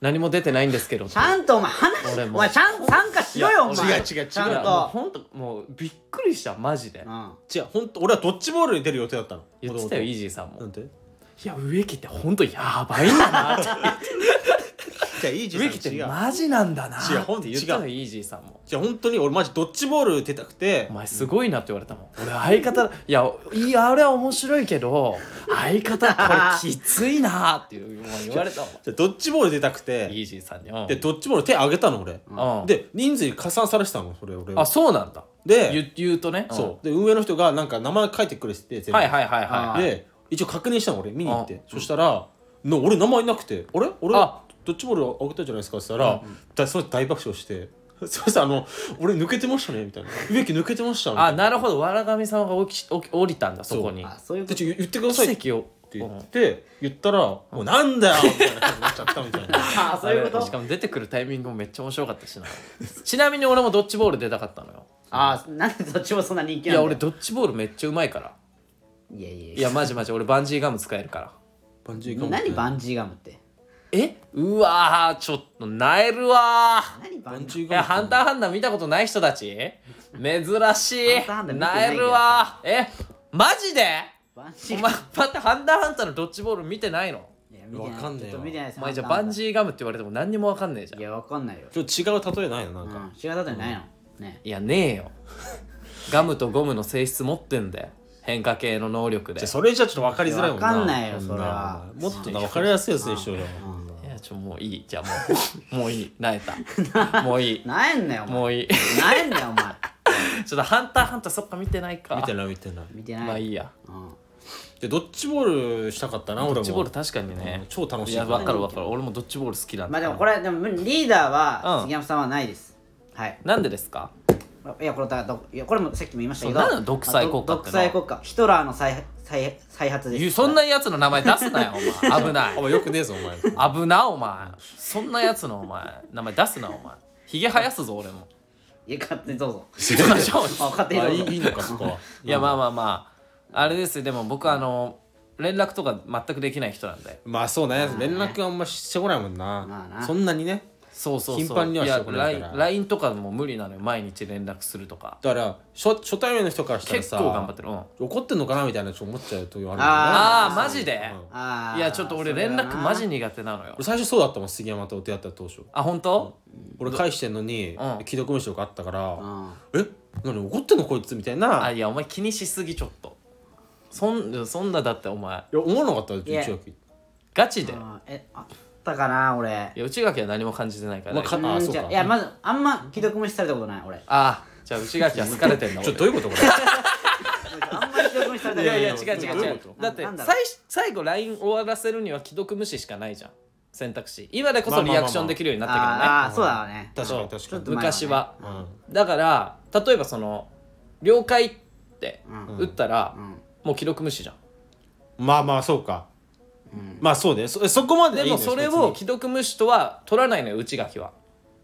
Speaker 2: 何も出てないんですけど」
Speaker 1: ちゃんとお前話
Speaker 2: 俺
Speaker 1: し、お
Speaker 2: も
Speaker 1: 前ちゃん参加しろよ、お
Speaker 3: いや
Speaker 1: 前。
Speaker 3: 違う違う違う
Speaker 1: ちゃん
Speaker 2: いやもう
Speaker 1: と。
Speaker 2: ほんともうびっくりしたマジで
Speaker 1: うん。
Speaker 3: 違う本当俺はドッジボールに出る予定だったの
Speaker 2: 言ってたよイージーさんも
Speaker 3: なんて
Speaker 2: いや植木ってほんとやばいんだなって
Speaker 3: じゃあイージ
Speaker 2: 植木って
Speaker 3: ー さん違う
Speaker 2: マジなんだな
Speaker 3: 違うほん
Speaker 2: って言ったのよイージーさんも
Speaker 3: じゃあ本当に俺マジドッジボール打てたくて
Speaker 2: お前すごいなって言われたもん、俺相方いやいやあれは面白いけど相方これきついなっていう言われたもん
Speaker 3: じゃあドッジボール出たくて
Speaker 2: イージーさんにうん
Speaker 3: でドッジボール手上げたの俺
Speaker 2: うん
Speaker 3: で人数に加算されてたのそれ俺は
Speaker 2: あそうなんだ
Speaker 3: で
Speaker 2: 言言うとね
Speaker 3: そうで運営の人がなんか名前書いてくれてて
Speaker 2: う
Speaker 3: 全
Speaker 2: ん
Speaker 3: 部
Speaker 2: はいはいはいはい
Speaker 3: で一応確認したの俺見に行っ
Speaker 2: うん
Speaker 3: てそしたら「の俺名前なくてあれ俺
Speaker 2: あ
Speaker 3: ドッジボールあげたじゃないですか」って言ったらだその人大爆笑して 「そしたらあの俺抜けてましたね」みたいな「植木抜けてました」みた
Speaker 2: あ
Speaker 3: いな
Speaker 2: なるほどわらがみさんがおきおき降りたんだそこに
Speaker 1: あそういう
Speaker 3: で
Speaker 1: こ
Speaker 3: ち
Speaker 1: と
Speaker 3: ょ言ってください」っ
Speaker 2: 奇跡を
Speaker 3: て言って言ったら「もうなんだよ」みたいな感じになっちゃったみたいな
Speaker 1: あそういうこ
Speaker 2: あれしか
Speaker 1: と
Speaker 2: も出てくるタイミングもめっちゃ面白かったしな ちなみに俺もドッジボール出たかったのよ
Speaker 1: あなんでどっちもそんな人気
Speaker 2: い
Speaker 1: なんだ
Speaker 2: や
Speaker 1: よ
Speaker 2: 俺ドッジボールめっちゃうまいから
Speaker 1: いやいや
Speaker 2: いやマジマジ俺バンジーガム使えるから
Speaker 3: バンジーガム
Speaker 1: 何バンジーガムって
Speaker 2: えうわーちょっとなえるわー
Speaker 1: 何バ
Speaker 3: バ
Speaker 1: ン
Speaker 3: ン
Speaker 1: ジー
Speaker 3: ジー
Speaker 2: え、ハ
Speaker 3: ガ
Speaker 2: ン
Speaker 3: ム
Speaker 2: ターハンター見たことない人たち珍
Speaker 1: ハン
Speaker 2: し
Speaker 1: ターハンター見
Speaker 2: い。
Speaker 1: てない
Speaker 2: なえるわ。え、マジで
Speaker 1: バンジ
Speaker 2: お
Speaker 1: ー
Speaker 2: 前、
Speaker 1: ガ
Speaker 2: 待
Speaker 1: ム
Speaker 2: って、ハンターハンターのドッジボール見てないの
Speaker 1: いや見てない
Speaker 3: わかんねえわ
Speaker 1: ちょっと見てないです
Speaker 2: お前じゃあバンジーガムって言われても何にもわかんねえじゃん。
Speaker 1: い
Speaker 2: い
Speaker 1: やわかんないよ
Speaker 3: ちょっと違う例えないのなん
Speaker 1: う
Speaker 3: か
Speaker 1: ん違うだとないのね
Speaker 2: や、ねえよ。ガムとゴムの性質持ってんだよ。変化系の能力で。
Speaker 3: じゃ
Speaker 2: い
Speaker 3: あそれじゃちょっと分かりづらいもんな
Speaker 1: わかんないよ
Speaker 3: ん
Speaker 1: それは
Speaker 3: もっとな分かりやすいやつでしょうよ
Speaker 2: や、ちょ、もういい。じゃあもう、もう いい。なえた。もういい。
Speaker 1: なえんだよお前
Speaker 2: も ういい。
Speaker 1: なえんだよお前
Speaker 2: ちょっとハンターハンターそっか見てないか。
Speaker 3: 見てない見てない
Speaker 1: 見て
Speaker 2: まあ
Speaker 1: ない
Speaker 2: いいや。
Speaker 1: うん
Speaker 3: でドッジボールしたかったな俺も
Speaker 2: ドッジボール確かにね。
Speaker 3: 超楽しい
Speaker 2: いや、わかるわかる。俺もドッジボール好きなん
Speaker 1: ま
Speaker 2: だ
Speaker 1: あ
Speaker 2: か
Speaker 1: で
Speaker 2: ら。
Speaker 1: もこれでもリーダー
Speaker 2: うん
Speaker 1: は杉山さんはないですはい
Speaker 2: なんでですか
Speaker 1: いやこれだどいやこれもさっきも言いましたけど
Speaker 2: そうなの独裁国家って
Speaker 1: あ
Speaker 2: のは
Speaker 1: ど独裁国家ヒトラーの再再再発です
Speaker 2: 言うそんなやつの名前出すなよお前危ない
Speaker 3: お前よくねえぞお前
Speaker 2: 危なお前そんなやつのお前名前出すなお前ひげ生やすぞ俺も
Speaker 1: いや勝手にどうぞ
Speaker 2: 行きましょう
Speaker 1: あ勝手に
Speaker 3: あ
Speaker 1: どう
Speaker 3: い
Speaker 1: ぞ
Speaker 3: いいいのかそこ はい
Speaker 2: やまあまあまああれですよでも僕あの連絡とか全くできない人なんで
Speaker 3: まあそうね連絡あんましてこないもんな,、
Speaker 1: まあな
Speaker 3: そんなにね
Speaker 2: そうそうそう
Speaker 3: 頻繁にはしてこないか
Speaker 2: や
Speaker 3: ら
Speaker 2: LINE LINE とかも無理なのよ毎日連絡するとか
Speaker 3: だから初初対面の人からしたら
Speaker 2: 結
Speaker 3: さ
Speaker 2: 構頑張ってるうんあ
Speaker 3: 怒ってんのかなみたいなちょっと思っちゃうと言われるよね
Speaker 2: あ
Speaker 1: あ
Speaker 2: ーマジで
Speaker 1: あー
Speaker 2: いやちょっと俺連絡マジ苦手なのよ
Speaker 3: 俺最初そうだったもん杉山と出会った当初
Speaker 2: あ本当
Speaker 3: 俺返してんのに
Speaker 2: うん
Speaker 3: 既読無視とかあったから、
Speaker 1: ん
Speaker 3: え何怒ってんのこいつみたいな
Speaker 2: あいやお前気にしすぎちょっとそんそんなだってお前
Speaker 3: いや思わなかった
Speaker 1: いや
Speaker 3: 一応聞いて
Speaker 2: ガチで
Speaker 1: うんえあったかな俺
Speaker 2: いや内垣は何も感じてないから
Speaker 3: ま
Speaker 2: ね、
Speaker 3: あか
Speaker 1: うん
Speaker 3: あそう
Speaker 1: じ
Speaker 3: か
Speaker 1: ゃいやまずあんま既読無視されたことない俺
Speaker 2: ああじゃあ内垣は好かれてんの
Speaker 3: ちょどういうことこれ
Speaker 1: あんまり既読無視された
Speaker 2: い
Speaker 1: こと
Speaker 2: や
Speaker 1: ないい
Speaker 2: や違う違う
Speaker 1: どい
Speaker 2: 違う
Speaker 1: こと
Speaker 2: だって
Speaker 1: なんろう
Speaker 2: 最最後 LINE 終わらせるには既読無視しかないじゃん選択肢今でこそリアクションできるようになったけどね、
Speaker 1: あーあーそうだね
Speaker 3: 確かに
Speaker 2: そう
Speaker 3: 確かに
Speaker 1: ちょっと前はね
Speaker 2: 昔は、
Speaker 3: うん
Speaker 2: だから例えばその「了解」って
Speaker 1: うん
Speaker 2: 打ったら、
Speaker 1: ん
Speaker 2: もう既読無視じゃん
Speaker 3: まあまあそうか、まあそうねそそこまで
Speaker 2: で
Speaker 3: いいね
Speaker 2: もそれ
Speaker 3: 別
Speaker 2: を
Speaker 3: に
Speaker 2: 既読無視とは取らないのよ内垣は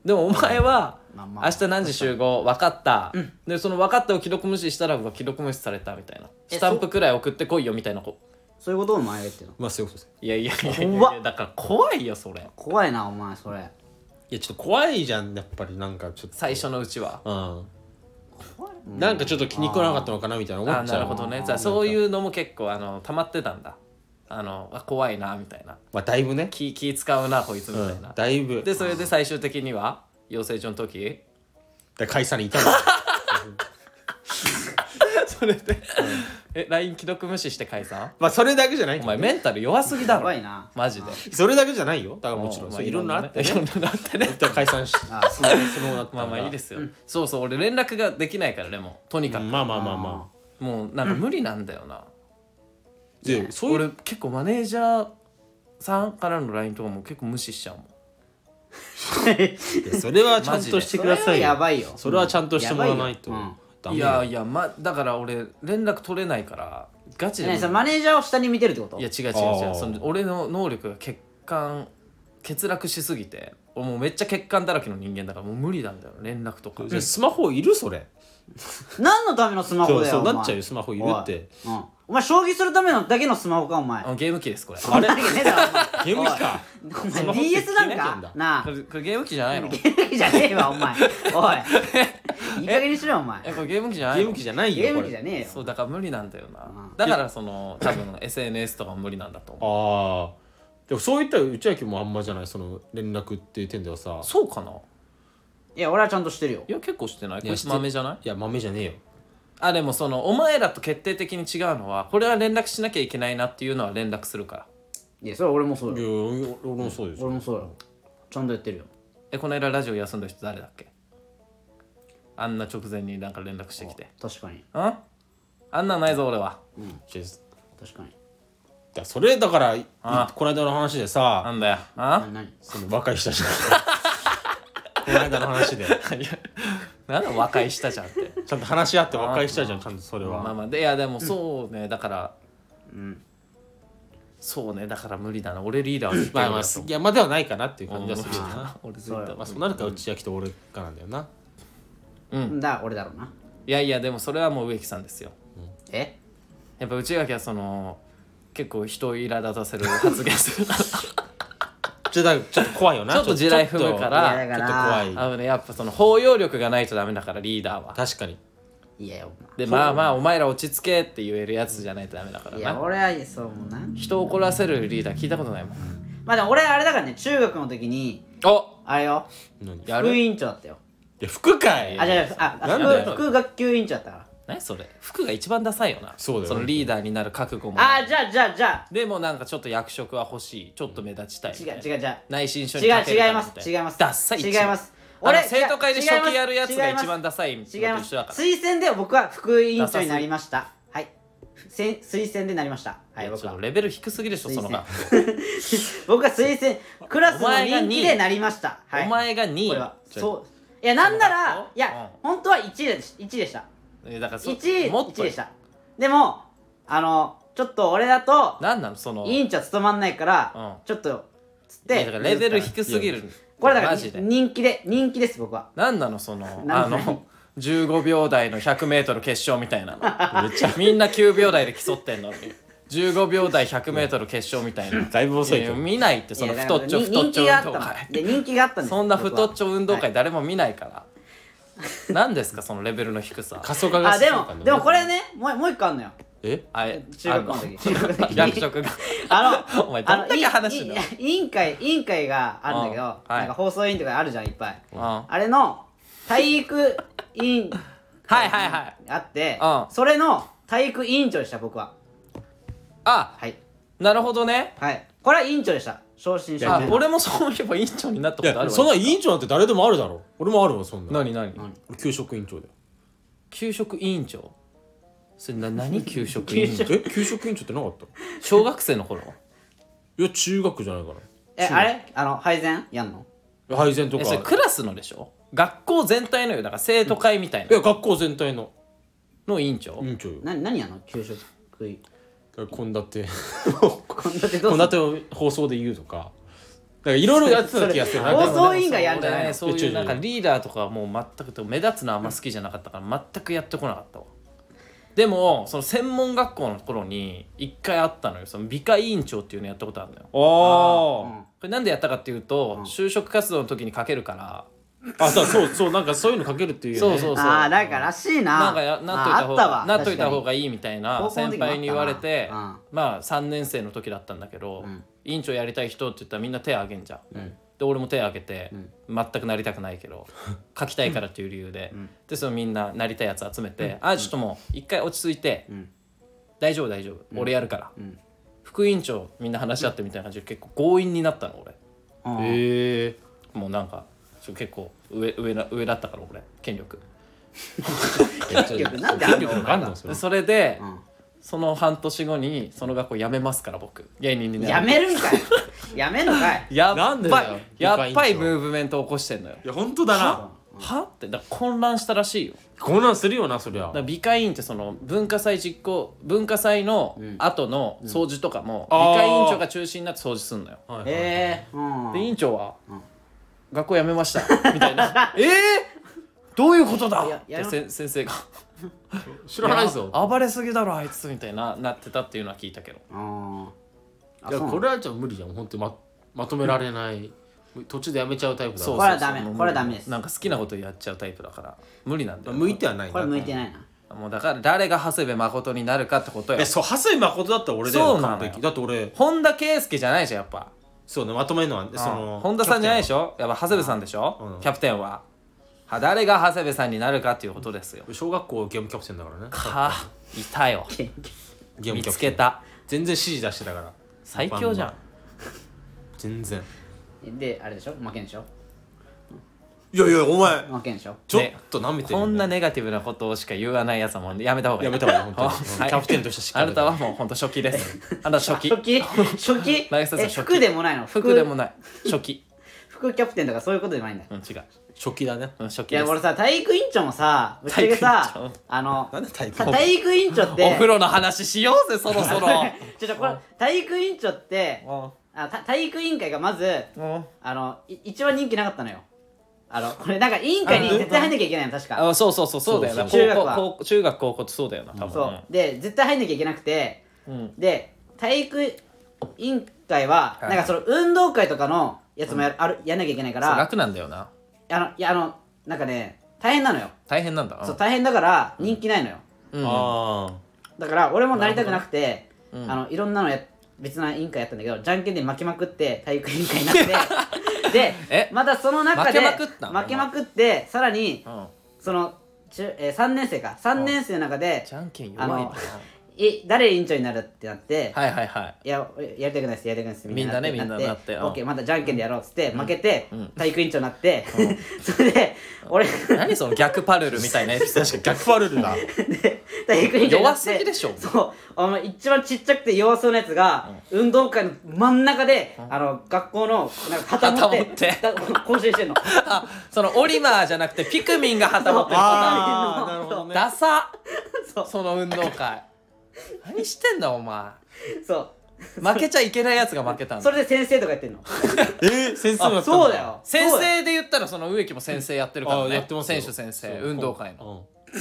Speaker 2: でもお前は
Speaker 1: まあまあ
Speaker 2: 明日何時集合分かった、でその分かったを既読無視したらうわ既読無視されたみたいな
Speaker 1: え
Speaker 2: スタンプくらい送ってこいよみたいな子
Speaker 1: そういうことをお前が言ってるの
Speaker 3: まあそういうことです
Speaker 2: いやいやいやいやい
Speaker 1: 怖
Speaker 2: やだから怖いよそれ
Speaker 1: 怖いなお前それ
Speaker 3: いやちょっと怖いじゃんやっぱりなんかちょっと
Speaker 2: 最初のうちは
Speaker 3: うんなんかちょっと気に食わなかったのかなみたいな思
Speaker 2: あ
Speaker 3: っちゃ
Speaker 2: な
Speaker 3: う
Speaker 2: るほどねじゃあそういうのも結構あの溜まってたんだあのあ怖いなみたいな
Speaker 3: まあだいぶね、
Speaker 2: 気気使うなこいつみ
Speaker 3: う
Speaker 2: たい
Speaker 3: ん
Speaker 2: な、
Speaker 3: だいぶ
Speaker 2: で
Speaker 3: で
Speaker 2: それで最終的には養成所の時
Speaker 3: 会社に いたの
Speaker 2: それでえ LINE 既読無視して解散
Speaker 3: まあそれだけじゃない
Speaker 2: お前メンタル弱すぎだろ
Speaker 1: 怖いな
Speaker 2: マジで
Speaker 3: それだけじゃないよだからもちろん
Speaker 2: ま
Speaker 3: そういろんなあって
Speaker 2: いろんなあってね
Speaker 3: 一旦解散し
Speaker 1: あーそう
Speaker 3: そのなった
Speaker 2: まあまあいいですすよ、そうそう俺連絡ができないからでもとにかく、
Speaker 3: まあまあまあまあ
Speaker 2: もうなんか無理なんだよな、
Speaker 3: でそういう
Speaker 2: 俺結構マネージャーさんからの LINE とかも結構無視しちゃうもん
Speaker 3: いやそれはちゃんとしてくだ
Speaker 1: そ
Speaker 3: さ
Speaker 1: れ
Speaker 3: い
Speaker 1: はや
Speaker 3: よ
Speaker 1: ばいよ
Speaker 3: それはちゃんとしてもらわないと
Speaker 1: やばいよ
Speaker 3: ダ
Speaker 2: い
Speaker 3: メ
Speaker 2: や
Speaker 3: よ
Speaker 2: いや、ま、だから俺連絡取れないからガチで
Speaker 1: ね
Speaker 2: 無
Speaker 1: そ
Speaker 2: 理
Speaker 1: のマネージャーを下に見てるってこと
Speaker 2: いや違う違う違
Speaker 3: あ
Speaker 2: う
Speaker 3: ー
Speaker 2: その俺の能力が欠陥欠落しすぎて俺もうめっちゃ欠陥だらけの人間だからもう無理なんだよ連絡とか
Speaker 3: じゃあスマホいるそれ
Speaker 1: 何のためのスマホ
Speaker 3: そう
Speaker 1: だよ
Speaker 3: そう
Speaker 1: お前
Speaker 3: なっちゃうよスマホいるって
Speaker 1: おいうんお前将棋するためのだけのスマホかお前
Speaker 2: あゲーム機ですこれ
Speaker 1: あれだけねえ だろ
Speaker 3: ゲーム機か
Speaker 1: お前
Speaker 3: ス
Speaker 1: お前
Speaker 3: マホって
Speaker 1: DS なん
Speaker 3: 消えなきゃいけん
Speaker 1: か
Speaker 3: だ
Speaker 1: なあ
Speaker 2: これこれゲーム機じゃないの
Speaker 1: ゲーム機じゃねえわお 前おいいい加減にしろよお前
Speaker 2: えこれゲーム機じゃない
Speaker 3: ゲ
Speaker 2: の
Speaker 3: ーム機じゃない
Speaker 1: ゲ
Speaker 3: よ
Speaker 1: ー
Speaker 3: こ
Speaker 1: ム機じ
Speaker 3: れ
Speaker 1: ゃねえよ
Speaker 2: そうだから無理なんだよなだからその多分 SNS とかも無理なんだと思
Speaker 3: ああでもそういったら内明もあんまじゃないその連絡っていう点ではさ
Speaker 2: そうかない
Speaker 1: や俺はちゃんとしてるよ
Speaker 2: いや結構してないこ
Speaker 3: いや
Speaker 2: いつ豆じゃない
Speaker 3: いや豆じゃねえよ
Speaker 2: あでもそのお前らと決定的に違うのはこれは連絡しなきゃいけないなっていうのは連絡するから
Speaker 1: いやそれは俺もそう
Speaker 3: い
Speaker 1: よ
Speaker 3: や俺俺もそうです
Speaker 1: 俺もそうよちゃんとやってるよ
Speaker 2: えこの間ラジオ休んだ人誰だっけあんな直前になんか連絡してきて
Speaker 1: 確かに
Speaker 2: うんあんなんないぞ俺は
Speaker 3: じゃあ
Speaker 1: 確かに
Speaker 3: だからそれだからいこの間の話で
Speaker 2: な
Speaker 3: さ
Speaker 2: んだよあ
Speaker 1: あ何
Speaker 3: その若い人たちがこの間の話でち
Speaker 2: なんだ和解したじゃんって
Speaker 3: ゃんと話し合って和解したじゃんちゃんとそれ
Speaker 2: まあ
Speaker 3: は
Speaker 2: まあでいやでもそうねだからそうねだから無理だな俺リーダーは絶
Speaker 3: ま
Speaker 2: 対
Speaker 3: あ
Speaker 2: 無
Speaker 3: ま
Speaker 2: 理
Speaker 3: あ
Speaker 2: だと思
Speaker 3: いやまあではないかなっていう感じはするよ
Speaker 2: う
Speaker 3: な
Speaker 2: 俺絶対
Speaker 1: そう
Speaker 3: まあそうなるから内明と俺かなんだよな
Speaker 1: だ俺だろうない
Speaker 2: やいやでもそれはもう植木さんですよ
Speaker 1: え
Speaker 2: やっぱ内垣はその結構人を苛立たせる発言する
Speaker 3: ちょっとだからちょっと怖いよな
Speaker 2: ちょっと地雷踏むか
Speaker 1: いや
Speaker 2: ら
Speaker 1: だから
Speaker 3: ちょっと怖い
Speaker 2: あのねやっぱその包容力がないとダメだからリーダーは
Speaker 3: 確かに
Speaker 1: いやよ
Speaker 2: でまあまあお前ら落ち着けって言えるやつじゃないとダメだから
Speaker 1: いや
Speaker 2: な
Speaker 1: 俺はそうもな
Speaker 2: 人を怒らせるリーダー聞いたことないもん
Speaker 1: まあでも俺あれだからね中学の時に
Speaker 2: お
Speaker 1: あれよ
Speaker 3: 何い
Speaker 2: や
Speaker 1: 副
Speaker 2: る
Speaker 1: 委員長だったよ
Speaker 3: や服かい
Speaker 1: あじゃああ
Speaker 3: なんだよ
Speaker 1: 副副学級委員長だったから
Speaker 2: 何それ服が一番ダサいよな
Speaker 3: そうだよ
Speaker 2: のリーダーになる覚悟も
Speaker 1: あーじゃあじゃあじゃあ
Speaker 2: でもなんかちょっと役職は欲しいちょっと目立ちたい
Speaker 1: 違う違う違う
Speaker 2: 内心書に
Speaker 1: 違
Speaker 2: 書
Speaker 1: う
Speaker 2: けるか
Speaker 1: 違い
Speaker 2: ら
Speaker 1: ま
Speaker 2: みた
Speaker 1: す違います
Speaker 2: ダッサい
Speaker 1: 違い
Speaker 2: 一番
Speaker 1: ます
Speaker 2: あの生徒会で初期やるやつが一番ダサいのと
Speaker 1: 違い
Speaker 2: 一緒だ
Speaker 1: ます
Speaker 2: から
Speaker 1: 推薦で僕は副委員長になりましたはいせん推薦でなりましたはいい
Speaker 2: や
Speaker 1: 僕
Speaker 2: ちょっ
Speaker 1: は
Speaker 2: とレベル低すぎでしょその学校
Speaker 1: 僕は推薦クラスの
Speaker 2: お前が
Speaker 1: 人気
Speaker 2: 二位
Speaker 1: でなりましたはい
Speaker 2: お前が2位
Speaker 1: これはそういやなんならいや本当は1位でし1位でした
Speaker 2: えだからそ
Speaker 1: 1位
Speaker 2: もっ
Speaker 1: 1
Speaker 2: と
Speaker 1: 位でしたでもあのちょっと俺だと
Speaker 2: なんなのその
Speaker 1: 委員長務まんないから
Speaker 2: うん
Speaker 1: ちょっとつっ
Speaker 2: いや
Speaker 1: て
Speaker 2: だからレベル低すぎる
Speaker 1: これだから
Speaker 2: マジで
Speaker 1: 人気で人気です僕は
Speaker 2: なんなのそのあ
Speaker 1: なんなの
Speaker 2: の15秒台の 100m 決勝みたいなのめっちゃみんな9秒台で競ってんのに15秒台 100m 決勝みたいな
Speaker 3: だいぶ遅いけ
Speaker 2: や
Speaker 3: ど
Speaker 2: や見ないってその
Speaker 1: いや
Speaker 2: 太っちょ
Speaker 1: だから
Speaker 2: 太
Speaker 1: 人
Speaker 2: っちょ運
Speaker 1: 気
Speaker 2: 動
Speaker 1: があった
Speaker 2: 会
Speaker 1: ので人気があったんです
Speaker 2: そんな太っちょ運
Speaker 1: 僕
Speaker 2: 動
Speaker 1: は
Speaker 2: 会誰も見ないから何ですかそのレベルの低さ
Speaker 3: 過疎化が
Speaker 1: はいあで
Speaker 3: 進むから
Speaker 1: もでもこれねもうもう一個あんのよ
Speaker 3: え
Speaker 2: あえ
Speaker 1: 中学校の時中 学校の時
Speaker 2: 役職が
Speaker 1: あの
Speaker 2: お前どんだけ話してんだ
Speaker 1: あのいいい委員会委員会があるんだけど、
Speaker 2: うんはい
Speaker 1: なんか放送委員とかあるじゃんいっぱい、
Speaker 2: うんは
Speaker 1: あれの体育委員
Speaker 2: いはいはい
Speaker 1: あって、
Speaker 2: うん
Speaker 1: それの体育委員長でした僕は
Speaker 2: あ
Speaker 1: はい
Speaker 2: なるほどね
Speaker 1: はいこれは委員長でした昇進して
Speaker 2: あ俺もそういえば委員長になった
Speaker 3: い
Speaker 2: ことあるわ
Speaker 3: やそんな委員長なんて誰でもあるだろ俺もあるわそんな
Speaker 2: 何何
Speaker 3: 俺給食委員長だよ
Speaker 2: 給食委員長それな何給食委員長
Speaker 3: え給食委員長ってなかった
Speaker 2: 小学生の頃
Speaker 3: いや中学じゃないか
Speaker 1: えあれあの配膳やんの
Speaker 3: な配膳と
Speaker 2: え
Speaker 3: か
Speaker 2: それクラスのでしょ学校全体のよだから生徒会みたい
Speaker 3: い
Speaker 2: な
Speaker 3: や学校全体の
Speaker 2: の委員長、
Speaker 3: 委員長よ
Speaker 1: な何やんの給食い
Speaker 3: 献立
Speaker 1: こんだけどうす
Speaker 3: 献
Speaker 1: んの
Speaker 3: 立を放送で言うとかなんかいろいろやってた気がす
Speaker 1: そ
Speaker 3: る
Speaker 1: れ
Speaker 3: なんか
Speaker 1: 放送委員がやんじゃない
Speaker 2: 俺ね
Speaker 1: の
Speaker 2: そう
Speaker 3: いや
Speaker 2: い
Speaker 3: 違
Speaker 2: う
Speaker 3: う
Speaker 2: なんかリーダーとかはもう全くと目立つのあんま好きじゃなかったから全くやってこなかったわでもその専門学校の頃に一回あったのよその美化委員長っていうのやったことあるのよこ
Speaker 3: あ
Speaker 2: れなんでやったかっていうと、就職活動の時にかけるから
Speaker 3: ーあそうそうそうなんかそういうのかけるっていうよ
Speaker 2: そ
Speaker 3: ね
Speaker 2: うそうそう
Speaker 1: あーなんからしいな
Speaker 2: なんかやなっといた
Speaker 1: あ
Speaker 2: 方
Speaker 1: あった
Speaker 2: が
Speaker 1: わ
Speaker 2: なっとい
Speaker 1: 確
Speaker 2: た
Speaker 1: かに
Speaker 2: 方がいいみたいな
Speaker 1: 高校の時
Speaker 2: 先
Speaker 1: もあったな
Speaker 2: 輩に言われて
Speaker 1: うん
Speaker 2: まあ3年生の時だったんだけど、委員長やりたい人って言ったらみんな手挙げんじゃん、で俺も手挙げて、全くなりたくない けど書きたいからっていう理由で、でそのみんななりたいやつ集めて、あちょっともう一回落ち着いて、大丈夫大丈夫、俺やるから、副委員長みんな話し合ってみたいな感じで結構強引になったの俺
Speaker 1: うん
Speaker 3: へえ
Speaker 2: もうなんかちょ結構上上な上だったから俺権力。
Speaker 1: 結局なんであんの
Speaker 3: あんのそれ
Speaker 2: でそれで、その半年後にその学校辞めますから僕芸人にね
Speaker 1: やめるんかいやめんのかい
Speaker 2: やっ
Speaker 3: なんで
Speaker 2: ば
Speaker 3: だよ
Speaker 2: いやっば
Speaker 3: 理解委
Speaker 2: い
Speaker 3: 員長
Speaker 2: ムーブメント起こしてんのよ
Speaker 3: いや本当だな
Speaker 2: はってだから混乱したらしいよだ
Speaker 3: こんなんするよなそりゃ
Speaker 2: から美化委員ってその文化祭実行文化祭の後の掃除とかも、
Speaker 3: うん
Speaker 2: 美化委員長が中心になって掃除すんのよ、
Speaker 3: はい
Speaker 1: ええうん
Speaker 2: で委員長は、学校辞めました」みたいな 「えー、どういうことだ!」
Speaker 1: いやや
Speaker 2: って
Speaker 1: りま
Speaker 2: せん先生が
Speaker 3: 知らない
Speaker 2: い
Speaker 3: ぞ
Speaker 2: や暴れすぎだろあいつ」みたいななってたっていうのは聞いたけど
Speaker 1: うんあ
Speaker 3: いや
Speaker 1: そうなの
Speaker 3: これはじゃあ無理じゃん本当にままとめられない途中でやめちゃうタイプだ
Speaker 2: そう
Speaker 1: こ
Speaker 3: わ
Speaker 1: れはダメ
Speaker 2: そうそう
Speaker 1: これはダメです
Speaker 2: なんか好きなことやっちゃうタイプだから無理なんだよ
Speaker 3: 向いてはないな
Speaker 1: これ向いてないな
Speaker 2: もうだから誰が長谷部誠になるかってことよ
Speaker 3: えそう長谷誠だったら俺だ
Speaker 2: そ
Speaker 3: よ
Speaker 2: うなのよ
Speaker 3: 完璧だって俺
Speaker 2: 本田圭佑じゃないじゃんやっぱ
Speaker 3: そうねまとめるのはその
Speaker 2: 本田さんじゃないでし
Speaker 3: ょ
Speaker 2: ょやっぱ長谷部さんでし
Speaker 3: う
Speaker 2: ょ
Speaker 3: ん
Speaker 2: キャプテンはは誰が長谷部さんになるかっていうことですよ
Speaker 3: 小学校ゲームキャプテンだからね
Speaker 2: かいたよ
Speaker 3: ゲーム
Speaker 2: 見
Speaker 3: キャ
Speaker 2: つ
Speaker 3: プテン
Speaker 2: けた
Speaker 3: 全然指示出してたから
Speaker 2: 最強じゃん
Speaker 3: 全然
Speaker 1: であれでしょ負けんでしょ
Speaker 3: いやいやお前
Speaker 1: 負けんでしょ
Speaker 3: ちょっと舐めてる
Speaker 2: こ
Speaker 3: よね
Speaker 2: んなネガティブなことをしか言わないやつはもうやめた方がいい
Speaker 3: やめた方がいい本当に
Speaker 2: はい
Speaker 3: キャプテンとしてしっかり
Speaker 2: あなたはもう本当初期 ですあなた初期
Speaker 1: 初期初期
Speaker 2: ライフサイズ
Speaker 1: え
Speaker 2: は初期
Speaker 1: 服でもないの
Speaker 2: 服でもない初期
Speaker 1: 副キャプテンとかそういうことじゃないんだ
Speaker 2: うん違う
Speaker 3: 初期だね
Speaker 2: うん初期
Speaker 1: い
Speaker 2: で
Speaker 1: や
Speaker 2: す
Speaker 1: 俺さ体育委員長もさぶっちゃけ
Speaker 2: 体育委
Speaker 1: さ
Speaker 2: 員長
Speaker 1: あの
Speaker 3: なんで体育
Speaker 1: さ体育委員長って
Speaker 2: お風呂の話しようぜそろそろ
Speaker 1: ちょちょこれ体育委員長ってあた体育委員会がまず
Speaker 2: うん
Speaker 1: あのい一番人気なかったのよあのこれなんか委員会に絶対入んなきゃいけないの確か
Speaker 2: あそうそうそうそうだよな
Speaker 1: そうそう
Speaker 2: 高校高校中学高校ってそうだよな多分
Speaker 1: そうで絶対入んなきゃいけなくて
Speaker 2: うん
Speaker 1: で体育委員会は
Speaker 2: はい
Speaker 1: なんかその運動会とかのやつもやるあるやんなきゃいけないか
Speaker 2: そう
Speaker 1: ら
Speaker 2: 楽なんだよな
Speaker 1: あのいやあのなんかね大変なのよ
Speaker 2: 大変なんだな
Speaker 1: そう大変だから人気ないのよ
Speaker 2: うん
Speaker 3: あ
Speaker 1: だから俺もなりたくなくて
Speaker 2: ほどねうん
Speaker 1: あのいろんなのや別な委員会やったんだけどじゃんけんで負けまくって体育委員会になって で
Speaker 2: え
Speaker 1: またその中で
Speaker 2: 負けまくったの
Speaker 1: 負けまくってさらに
Speaker 2: うん
Speaker 1: その中、えー、3年生か3年生の中で
Speaker 2: じゃんけん弱いな
Speaker 1: あの
Speaker 2: はい
Speaker 1: 誰委員長になるってなって、
Speaker 2: いはいはい
Speaker 1: いややりたくないですやりたくないです
Speaker 2: みんなねみんななってうん
Speaker 1: オッケーまたじゃんけんでやろうっつって負けて、
Speaker 2: うん
Speaker 1: 体育委員長になって、 それで俺
Speaker 2: 何その逆パルルみたいなエピソー
Speaker 3: 確かに逆ファルル だ
Speaker 1: で体育委員長になって
Speaker 2: 弱すぎでしょ
Speaker 1: そうあの一番ちっちゃくて弱そうなやつが、運動会の真ん中で、あの学校のなんか旗持って
Speaker 2: 旗
Speaker 1: だ講習してんの
Speaker 2: ドあそのオリマーじゃなくてピクミンが旗持ってるパ
Speaker 3: ああなるほど
Speaker 2: ターン
Speaker 3: ね
Speaker 2: ダサ
Speaker 1: そう
Speaker 2: その運動会何してんだお前
Speaker 1: そう
Speaker 2: 負けちゃいけないやつが負けたん
Speaker 1: そ
Speaker 2: だ
Speaker 1: れで先生とかやってんの
Speaker 3: えー先生もやったん
Speaker 1: そうだよ
Speaker 2: 先
Speaker 1: そうだよ
Speaker 2: 生で言ったらその植木も先生やってるから
Speaker 3: あ
Speaker 2: ね
Speaker 3: やってますよ
Speaker 2: 選手先生
Speaker 3: そう
Speaker 2: 運動会の
Speaker 3: うん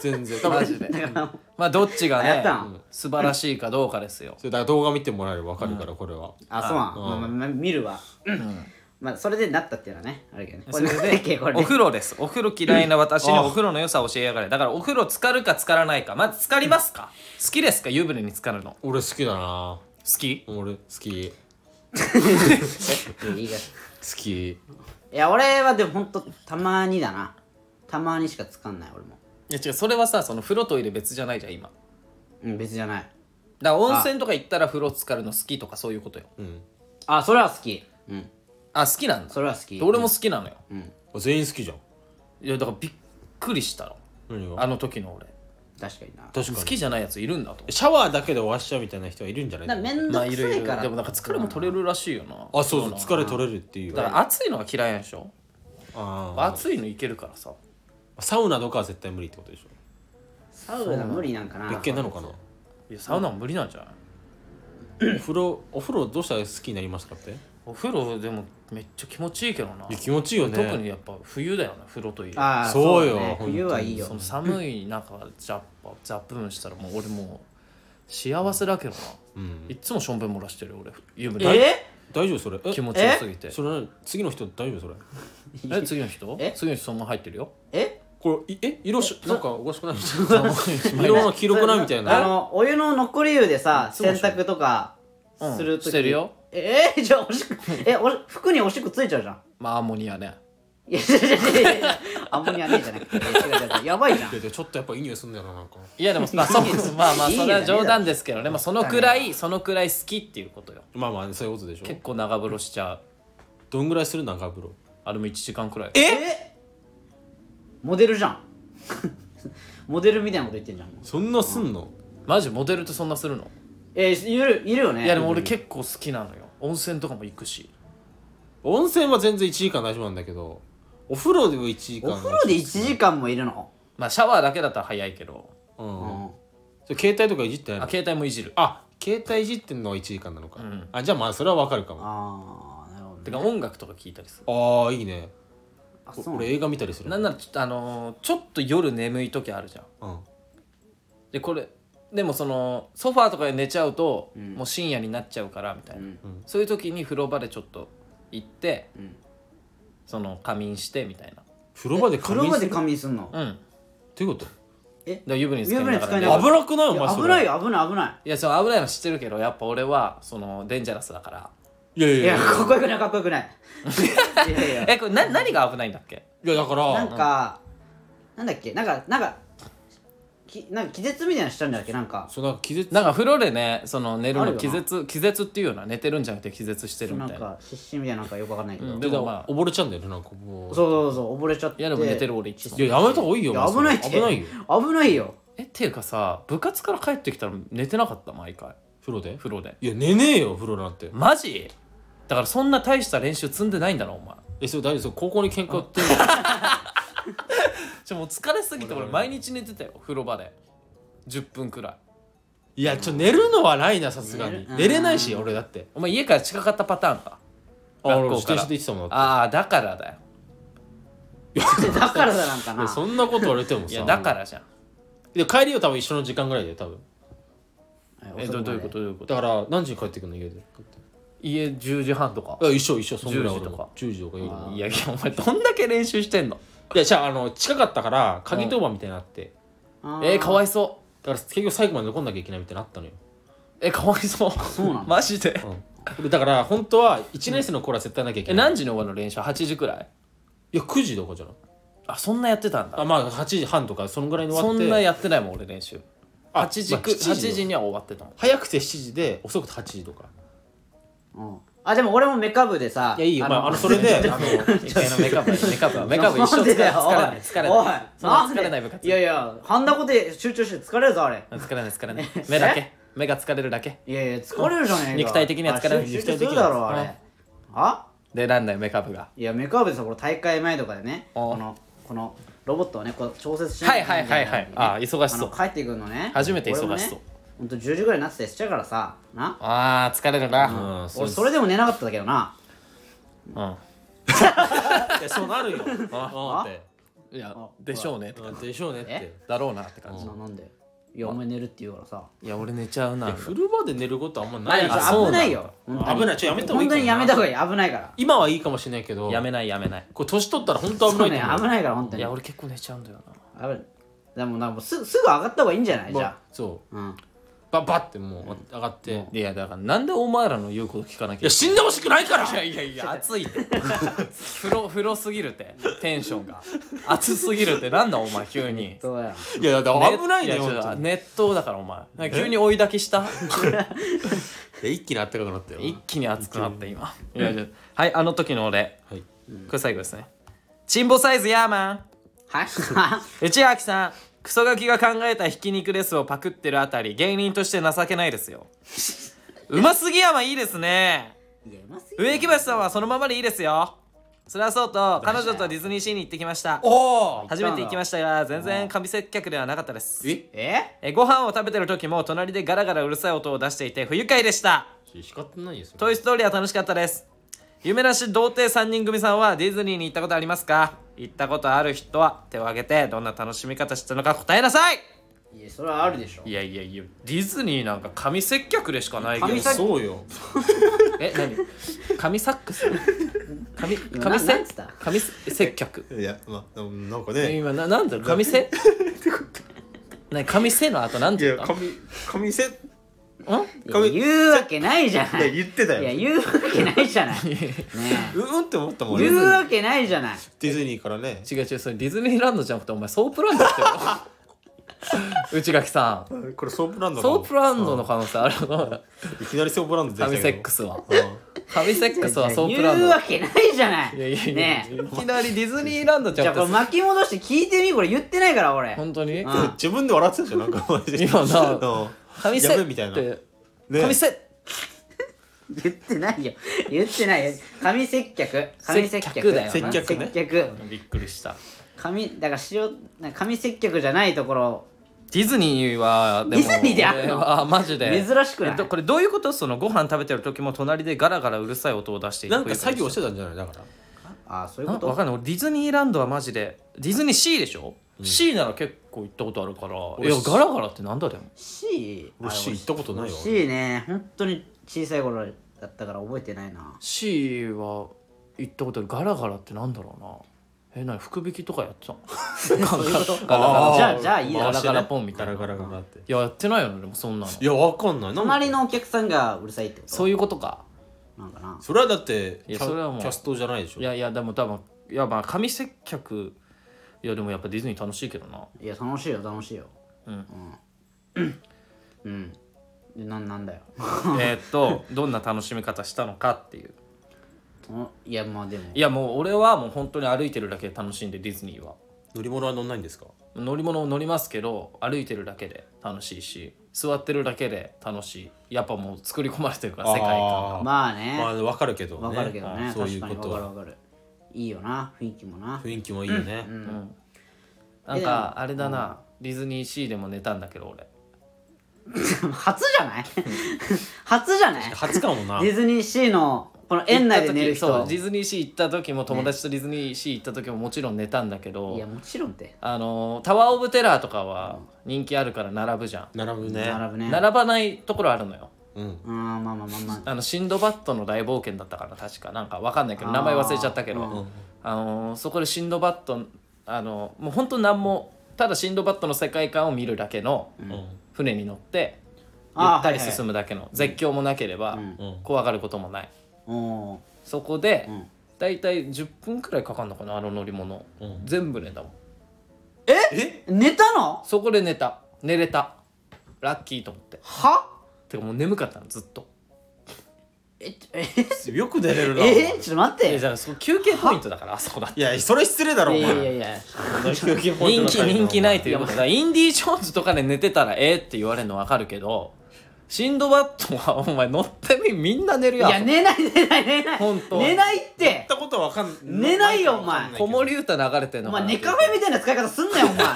Speaker 3: 全然多分
Speaker 2: マジで
Speaker 1: だから
Speaker 2: まあどっちが
Speaker 1: やっ
Speaker 2: ね
Speaker 1: たん
Speaker 2: 素晴らしいかどうかです よ
Speaker 3: それだから動画見てもらえればわかるからこれは
Speaker 1: あそうなん、
Speaker 3: うん
Speaker 1: まあまあまあ見るわうん、まあそれでなったっていうのはねあるけどねこれ
Speaker 2: そ
Speaker 1: 何
Speaker 2: れ
Speaker 1: だっけこれ
Speaker 2: お風呂ですお風呂嫌 いな私
Speaker 3: うん
Speaker 2: に
Speaker 3: あ
Speaker 2: お風呂の良さを教えやがれだからお風呂浸かるか浸からないかまず浸かりますか好きですか湯船に浸かるの好
Speaker 3: 俺好きだな
Speaker 2: き
Speaker 3: 俺好き好
Speaker 1: いいいいから
Speaker 3: き
Speaker 1: いや俺はでもほんとたまにだなたまにしか使んない俺も
Speaker 2: いや違うそれはさその風呂トイレ別じゃないじゃん今だか
Speaker 1: うん別じゃない
Speaker 2: ら温泉とか行ったら風呂浸かるの好きとかそういうことよ
Speaker 3: うん
Speaker 1: あそれは好きうん
Speaker 2: あ好きなんだ
Speaker 1: それは好き
Speaker 2: 俺も好きなのよ
Speaker 3: 全員好きじゃん
Speaker 2: いやだからびっくりしたの
Speaker 3: 何
Speaker 2: あ
Speaker 3: が
Speaker 2: の時の俺
Speaker 1: 確かにな
Speaker 3: 確
Speaker 2: 好
Speaker 3: か
Speaker 2: き
Speaker 3: に
Speaker 2: じゃないやついるんだと思って
Speaker 3: シャワーだけで終わしちゃうみたいな人はいるんじゃない
Speaker 1: なめんど
Speaker 2: まあ
Speaker 1: く
Speaker 2: い
Speaker 1: さ
Speaker 2: るい
Speaker 1: い
Speaker 2: る
Speaker 1: から
Speaker 2: でもなんか疲れも取れるらしいよな
Speaker 3: あそうそう疲れ取れるっていう
Speaker 2: だから暑いのが嫌いなんでしょ
Speaker 3: あ
Speaker 2: 暑いのいけるからさ
Speaker 3: ーサウナとかは絶対無理ってことでしょ
Speaker 1: サウナ無理なんかな
Speaker 3: 別件なのかない
Speaker 2: やサウナも無理なんじゃない
Speaker 3: お風呂お風呂どうしたら好きになりますかってい
Speaker 2: お風呂でもめっちゃ気持ちいいけどな
Speaker 3: や気持ちいいよね
Speaker 2: 特にやっぱ冬だよな風呂といえば
Speaker 1: ああ
Speaker 3: そうよ
Speaker 1: だね
Speaker 3: 本当に
Speaker 1: 冬はいいよ
Speaker 2: その寒い中ジャッパザップンしたらもう俺もう幸せだけどな、
Speaker 3: うん
Speaker 2: いっつもしょんべん漏らしてる俺湯船で
Speaker 1: え
Speaker 3: 大丈夫それえ
Speaker 2: 気持ちよすぎて
Speaker 3: それ何次の人大丈夫それ
Speaker 2: え次の人
Speaker 1: え
Speaker 2: 次の人そんな入ってる よ
Speaker 1: え
Speaker 3: これいえ色しなんかおかしくないみたいな 色が黄色くない みたい
Speaker 1: あ
Speaker 3: な
Speaker 1: のお湯の残り湯でさ
Speaker 2: そう
Speaker 1: 洗
Speaker 2: でし
Speaker 1: 濯
Speaker 2: ょ
Speaker 1: とか
Speaker 2: うん
Speaker 1: するとき
Speaker 2: してるよ
Speaker 1: え えじゃあおし っこえおし服におしっこついちゃうじゃん
Speaker 2: まあアンモニアね
Speaker 1: いやいやいやいやアンモニアねえじゃなくて違う違う違うやばいじゃん
Speaker 3: いやいやちょっとやっぱいい匂いすんだよななんか
Speaker 2: いやでもまあそうまあまあ
Speaker 1: いいよ
Speaker 2: それは冗談ですけどね、まあ、そのくら
Speaker 1: いい
Speaker 2: いそのくらい好きっていうことよ
Speaker 3: まあまあそういうことでしょ
Speaker 2: 結構長風呂しちゃう
Speaker 3: どんぐらいする長風呂
Speaker 2: あれも1時間くらい
Speaker 1: えモデルじゃん モデルみたいなこと言ってんじゃん
Speaker 3: そんなすんの
Speaker 2: マジモデルってそんなするの
Speaker 1: えー、いるいるよね
Speaker 2: いやでも俺結構好きなのよ温泉とかも行くし
Speaker 3: 温泉は全然1時間大丈夫なんだけどお風呂でも1時間
Speaker 1: お風呂で1時間もいるの、
Speaker 2: まあシャワーだけだったら早いけど
Speaker 3: うん
Speaker 1: うん
Speaker 3: それ携帯とかいじってない
Speaker 2: あ
Speaker 3: の
Speaker 2: 携帯もいじる
Speaker 3: あ携帯いじってんのは1時間なのか、
Speaker 2: ん
Speaker 3: あじゃあまあそれはわかるかもあ
Speaker 1: ああなるほど
Speaker 2: て
Speaker 1: ね
Speaker 2: か音楽とか聞いたりする
Speaker 3: あーいいね
Speaker 1: あ
Speaker 3: お
Speaker 1: そう
Speaker 3: 俺映画見たりする
Speaker 2: なんならちょっとあのーちょっと夜眠い時あるじゃん
Speaker 3: うん、
Speaker 2: でこれでもそのソファーとかで寝ちゃうと、もう深夜になっちゃうからみたいな、
Speaker 1: ん
Speaker 2: そういう時に風呂場でちょっと行って、その仮眠してみたい
Speaker 3: 風呂場で
Speaker 1: 風
Speaker 3: 仮
Speaker 1: 呂
Speaker 3: 眠
Speaker 1: ます
Speaker 3: る
Speaker 1: で
Speaker 3: っ
Speaker 1: 仮眠すんの、
Speaker 2: なうん
Speaker 3: ていうこと
Speaker 2: で湯船につけなが
Speaker 1: 湯船に
Speaker 2: らね
Speaker 1: 浸かりながら
Speaker 3: 危なくないお
Speaker 1: い
Speaker 3: 前
Speaker 1: や
Speaker 3: そ
Speaker 1: 危
Speaker 3: れ
Speaker 1: ないよ危ない危ない
Speaker 2: いやその危ないの知ってるけどやっぱ俺はそのデンジャラスだから
Speaker 3: いやい
Speaker 1: いや
Speaker 3: やいや
Speaker 1: かっこよくないかっこよくないいや いや
Speaker 2: えこれな何が危ないんだっけ
Speaker 3: いやだから
Speaker 1: なんか、なんだっけなんかなんかきなんか気絶みたいなのしたんだっけなんか
Speaker 3: そうなんか気絶
Speaker 2: なんか風呂でねその寝る
Speaker 1: あるよ
Speaker 2: の
Speaker 1: な
Speaker 2: 気絶気絶っていうような寝てるんじゃなくて気絶してる
Speaker 1: な
Speaker 2: み
Speaker 1: ん
Speaker 2: たいな
Speaker 1: か失神みたいななんかよくわかんないけど、
Speaker 2: うん
Speaker 1: そう
Speaker 2: で
Speaker 3: で
Speaker 2: も
Speaker 3: も
Speaker 2: まあ
Speaker 3: 溺れちゃうんだよねなんかもう
Speaker 1: そうそう溺れちゃって
Speaker 2: いやでも寝てる俺一度
Speaker 3: いややめた方がいい
Speaker 1: い
Speaker 3: よ
Speaker 1: や
Speaker 3: マジ
Speaker 1: 危
Speaker 3: で
Speaker 1: ないって
Speaker 3: 危ない
Speaker 1: 危
Speaker 3: よ
Speaker 1: ないよ
Speaker 2: えっていうかさ部活から帰ってきたら寝てなかった毎回
Speaker 3: 風呂で
Speaker 2: 風呂で
Speaker 3: いや寝ねえよ風呂なんて
Speaker 2: マジだからそんな大した練習積んでないんだなお前
Speaker 3: えそれ大丈夫高校に喧嘩売ってる
Speaker 2: ちょもう疲れすぎて俺毎日寝てたよ風呂場で10分くらい
Speaker 3: いやちょ寝るのはないなさすが
Speaker 1: 寝
Speaker 3: に
Speaker 1: る
Speaker 3: 寝れないし俺だって
Speaker 2: お前家から近かったパターンか
Speaker 3: あ俺
Speaker 2: 学校
Speaker 3: 自
Speaker 2: から
Speaker 3: 転車で行ってたもんだっ
Speaker 2: ああだからだよ
Speaker 1: だからだなんか
Speaker 3: てい
Speaker 1: な
Speaker 3: やそんなこと言われても
Speaker 2: い
Speaker 3: さ
Speaker 2: やだからじゃん
Speaker 3: で帰りよ多分一緒の時間ぐらいだよ多分
Speaker 2: えどどういうことどういうこと
Speaker 3: だから何時に帰ってくるの家で
Speaker 2: 家10時半とか
Speaker 3: いや一緒一緒そんぐらい
Speaker 2: 10時
Speaker 3: 俺も
Speaker 2: とか
Speaker 3: 10時とか夜の
Speaker 2: いやいやお前どんだけ練習してんの
Speaker 3: いやじゃああの近かったから鍵当番みたいになって
Speaker 2: えー、かわ
Speaker 1: い
Speaker 2: いそ
Speaker 3: だから結局最後まで残んなきゃいけないみたいになったのよ、
Speaker 2: うえー、かわいそう
Speaker 1: そうなの
Speaker 2: マジで
Speaker 3: 俺だから本当は1年生の頃は絶対なきゃいけ
Speaker 2: え
Speaker 3: ない、
Speaker 2: 何時に終わるの練習8時くらい
Speaker 3: いや9時とかじゃない
Speaker 2: あそんなやってたん
Speaker 3: あ
Speaker 2: だ
Speaker 3: まあ8時半とかそのぐらいに終わ
Speaker 2: そ
Speaker 3: って
Speaker 2: んなやってないもん俺練習
Speaker 3: あ
Speaker 2: 8時
Speaker 3: まあ
Speaker 2: く8
Speaker 3: 7
Speaker 2: 時には終わってたもん
Speaker 3: 早くて7時で遅くて8時とか
Speaker 1: あでも俺もメカ部でさ
Speaker 3: いやいいよまああのそれ
Speaker 1: ちょ
Speaker 3: で
Speaker 1: ちょ
Speaker 3: あの
Speaker 2: 一回のメカブメカブはメカブ一
Speaker 1: な
Speaker 2: 生
Speaker 1: んで
Speaker 2: 疲れ
Speaker 1: だ
Speaker 2: な
Speaker 1: よ
Speaker 2: い疲れない疲れ
Speaker 1: おい
Speaker 2: ないそんな
Speaker 1: なん
Speaker 2: 疲
Speaker 1: で
Speaker 2: れない部活
Speaker 1: いやいやハンダコで集中して疲れるぞあれ
Speaker 2: 疲れない疲れない目だけ目が疲れるだけ
Speaker 1: いやいや疲れるじゃねえか
Speaker 2: 肉体的には疲れる
Speaker 1: あ集
Speaker 2: 肉
Speaker 1: 集
Speaker 2: 体
Speaker 1: 中
Speaker 2: 的
Speaker 1: す
Speaker 2: には
Speaker 1: るだろあ
Speaker 2: うん
Speaker 1: れあ
Speaker 2: でなんだよメカブが
Speaker 1: いやメカ部でさこの大会前とかでね
Speaker 2: あ
Speaker 1: このこのロボットをねこう調節しなきゃけな
Speaker 2: はいはいはいはいあ忙しそう
Speaker 1: あの帰ってくるのね
Speaker 2: 初めて忙しそ
Speaker 1: 俺
Speaker 2: う
Speaker 1: もねほんと10時ぐらいになってたりしちゃうからさな
Speaker 2: あー疲れるな
Speaker 3: うんそう
Speaker 1: 俺それでも寝なかったんだけどな
Speaker 2: うん
Speaker 3: いやそうなるよあって
Speaker 2: いやでしょうね
Speaker 3: うんでしょうねって
Speaker 1: え
Speaker 2: だろうなって感じ
Speaker 1: ななんでいやお前寝るって言うからさ
Speaker 2: いや俺寝ちゃうな
Speaker 3: 風呂場で寝ることあんま
Speaker 1: まあ
Speaker 3: な
Speaker 1: で
Speaker 3: い
Speaker 1: も
Speaker 3: あ
Speaker 1: ちょっと危ないよ
Speaker 3: そうなんだ危ないちょっとやめた方がい
Speaker 1: 本
Speaker 3: い
Speaker 1: 当
Speaker 3: かもな
Speaker 1: にやめた方がいい危ないから
Speaker 3: 今はいいかもしれないけど
Speaker 2: やめないやめない
Speaker 3: これ年取ったら本当危
Speaker 1: そ
Speaker 3: な
Speaker 1: う
Speaker 3: いと
Speaker 1: ね
Speaker 3: 思う
Speaker 1: 危ないから本当
Speaker 2: い
Speaker 1: に
Speaker 2: や俺結構寝ちゃうんだよな
Speaker 1: 危ないでもなんかもうすすぐ上がった方がいいんじゃないじゃ
Speaker 3: そう
Speaker 1: あうん
Speaker 3: バッバッてもう上がって、
Speaker 2: い
Speaker 3: い
Speaker 2: やだからなんでお前らの言うこと聞かなきゃ
Speaker 3: や死んでほしくないから
Speaker 2: いやいや いや暑いって風呂風呂すぎるってテンションが暑すぎるってなんだお前急 に
Speaker 1: そうだよ
Speaker 3: いやだから危ないね
Speaker 2: や
Speaker 3: 本
Speaker 2: ちょっと
Speaker 3: 当に
Speaker 2: 熱湯だからお前なんか急に追い炊きした
Speaker 3: いや一気にあったかくなったよ
Speaker 2: 一気に熱くなった今いやいやはいあの時の俺
Speaker 3: はい
Speaker 2: これ最後ですねチンボサイズヤーマン
Speaker 1: はい
Speaker 2: 内垣さんクソガキが考えたひき肉レスをパクってるあたり芸人として情けないです ようますぎ山いいですね
Speaker 1: いやうますぎる
Speaker 2: 植木橋さんはそのままでいいですよそれはそうと彼女とディズニーシーに行ってきました
Speaker 3: おお
Speaker 2: 初めて行きましたが全然神接客ではなかったです
Speaker 3: え
Speaker 1: え
Speaker 2: えご飯を食べてる時も隣でガラガラうるさい音を出していて不愉快でした
Speaker 3: 光ってないです
Speaker 2: 「トイ・ストーリー」は楽しかったです夢なし童貞3人組さんはディズニーに行ったことありますか行ったことある人は手を挙げてどんな楽しみ方したのか答えなさい
Speaker 1: いやそれはあるでしょ
Speaker 2: いやいやいやディズニーなんか神接客でしかないけど
Speaker 1: 神接
Speaker 3: そうよ
Speaker 2: え何神サックス神
Speaker 1: 今
Speaker 2: 神
Speaker 1: ななん
Speaker 2: 接
Speaker 1: つった
Speaker 2: 神接客
Speaker 3: いやまあなんか
Speaker 2: 今ななんだろう神せ何神せの後なんて言ったん
Speaker 3: 髪せ
Speaker 1: いや言うわけないじゃないい
Speaker 3: 言ってた
Speaker 1: や言うわけないじゃないね え
Speaker 3: うんうんって思ったも
Speaker 1: 言うわけないじゃない
Speaker 3: ディズニーからね
Speaker 2: 違う違うそれディズニーランドじゃなくてお前ソープランドってよ内垣さん
Speaker 3: これソープランド
Speaker 2: ソープランドの可能性あるの
Speaker 3: いきなりソープランド出て
Speaker 2: 神セックスは神セックスはソープラン
Speaker 1: 言う
Speaker 2: ド
Speaker 1: わけないじゃない
Speaker 2: いやいやいや
Speaker 1: ねえ
Speaker 2: いきなりディズニーランドじ
Speaker 1: じゃ
Speaker 2: ゃ
Speaker 1: あこれ
Speaker 2: なくて
Speaker 1: 巻き戻して聞いてみこれ言ってないから俺
Speaker 2: 本当に
Speaker 1: うん
Speaker 3: 自分で笑ってたじゃんなんかマジで
Speaker 2: 今な
Speaker 3: うん
Speaker 2: 神セ
Speaker 3: やべ
Speaker 2: ッ
Speaker 3: えみたいな
Speaker 2: って
Speaker 3: ね
Speaker 2: 神セッ
Speaker 1: 言ってないよ言ってないよ神接客神接客だよな
Speaker 3: 接客ね
Speaker 1: 接客
Speaker 2: びっくりした
Speaker 1: 神だから塩なんか神接客じゃないところ
Speaker 2: ディズニーはでも
Speaker 1: ディズニーであんの
Speaker 2: 俺はマジで
Speaker 1: 珍しくない
Speaker 2: えっとこれどういうことそのご飯食べてる時も隣でガラガラうるさい音を出している
Speaker 3: なんか作業してたんじゃないだから
Speaker 1: ああそういう
Speaker 2: なん
Speaker 1: こと
Speaker 2: かわかんない俺ディズニーランドはマジでディズニーシーでしょ、シーなら結構行ったことあるからい
Speaker 3: 俺
Speaker 2: やガラガラってなんだでも
Speaker 1: C
Speaker 3: 俺 C 行ったことないわ
Speaker 1: C ね本当に小さい頃だったから覚えてないな
Speaker 2: シーは行ったことあるガラガラってなんだろうなえなに福引きとかやってたの
Speaker 1: そういうこと
Speaker 2: ガラガラ
Speaker 1: じゃあじゃあいい
Speaker 2: ガ
Speaker 1: だ
Speaker 2: ラ
Speaker 1: ろ
Speaker 2: ガラポンみたい
Speaker 3: ガ
Speaker 2: な
Speaker 3: ラガラガラって
Speaker 2: いややってないよねでもそんなの
Speaker 3: いやわかんないなんか
Speaker 1: 隣のお客さんがうるさいってこと
Speaker 2: そういうことか
Speaker 1: なんかな
Speaker 3: それはだって
Speaker 2: い
Speaker 3: キャ
Speaker 2: やそれはもう
Speaker 3: キャストじゃないでしょ
Speaker 2: いやいやでも多分いやまあ紙接客いやでもやっぱディズニー楽しいけど ない
Speaker 1: や楽しいよ楽しいよ
Speaker 2: うん
Speaker 1: うんうんでなんなんだよ
Speaker 2: えーっとどんな楽しみ方したのかっていう
Speaker 1: おいやまあでも
Speaker 2: いやもう俺はもう本当に歩いてるだけで楽しんでディズニーは
Speaker 3: 乗り物は乗んないんですか
Speaker 2: 乗り物を乗りますけど歩いてるだけで楽しいし座ってるだけで楽しいやっぱもう作り込まれてるから世界観
Speaker 3: あー
Speaker 1: まあね
Speaker 3: まあ分かるけどね
Speaker 1: わかるけどね、
Speaker 3: そうい
Speaker 1: 確
Speaker 3: う
Speaker 1: か
Speaker 3: こ
Speaker 1: に
Speaker 3: と
Speaker 1: わかる
Speaker 3: は
Speaker 1: わかるいいよな雰囲気もな
Speaker 3: 雰囲気もいいよね、
Speaker 2: なんかあれだな、ディズニーシーでも寝たんだけど俺
Speaker 1: 初じゃない初じゃない
Speaker 3: 初かもな
Speaker 1: ディズニーシーのこの園内で寝る
Speaker 2: 行っ
Speaker 1: 人
Speaker 2: た時そうディズニーシー行った時も友達とディズニーシー行った時ももちろん寝たんだけど、
Speaker 1: いやもちろんって
Speaker 2: あのータワー・オブ・テラーとかは人気あるから並ぶじゃん、
Speaker 3: 並ぶね
Speaker 1: 並ぶね
Speaker 2: 並ばないところあるのよ
Speaker 3: うん
Speaker 1: うんまあまあまあまあ
Speaker 2: あのシンドバッドの大冒険だったかな確かなんかわかんないけど名前忘れちゃったけど、あのーそこでシンドバッドあのーもう本当なんもただシンドバッドの世界観を見るだけの船に乗って、ゆ
Speaker 1: あ
Speaker 2: ったり
Speaker 1: はいはい
Speaker 2: 進むだけの、絶叫もなければ、
Speaker 3: うん
Speaker 2: 怖がることもない
Speaker 1: おー
Speaker 2: そこで、
Speaker 1: ん
Speaker 2: だいたい10分くらいかかるのかなあの乗り物、
Speaker 3: うん
Speaker 2: 全部寝たもん
Speaker 3: え
Speaker 1: 寝たの
Speaker 2: そこで寝た寝れたラッキーと思って
Speaker 1: は
Speaker 2: てかもう眠かったのずっと
Speaker 1: ええ
Speaker 3: よく出れるな
Speaker 1: えちょっと待っ
Speaker 2: い
Speaker 1: て
Speaker 2: やじゃあそこ休憩ポイントだからあそこだって
Speaker 3: いやそれ失礼だろお
Speaker 1: いや
Speaker 3: 前
Speaker 1: い やいや
Speaker 3: 人気
Speaker 2: 人気人気ないと
Speaker 3: て
Speaker 2: いうことだからインディ・ージョーンズとかで寝てたらええって言われるの分かるけどシンドバッドはお前乗ってみみんな寝る
Speaker 1: い
Speaker 2: やん
Speaker 1: や寝ない寝ない寝ない
Speaker 2: ほんと
Speaker 1: 寝ないっ
Speaker 3: ってたことはわかん
Speaker 1: 寝ないよお前
Speaker 3: わかんな
Speaker 2: 子守歌流れてん
Speaker 1: お
Speaker 2: のか
Speaker 1: 前
Speaker 2: な
Speaker 1: 寝カフェみたいな使い方すんなよお 前
Speaker 3: い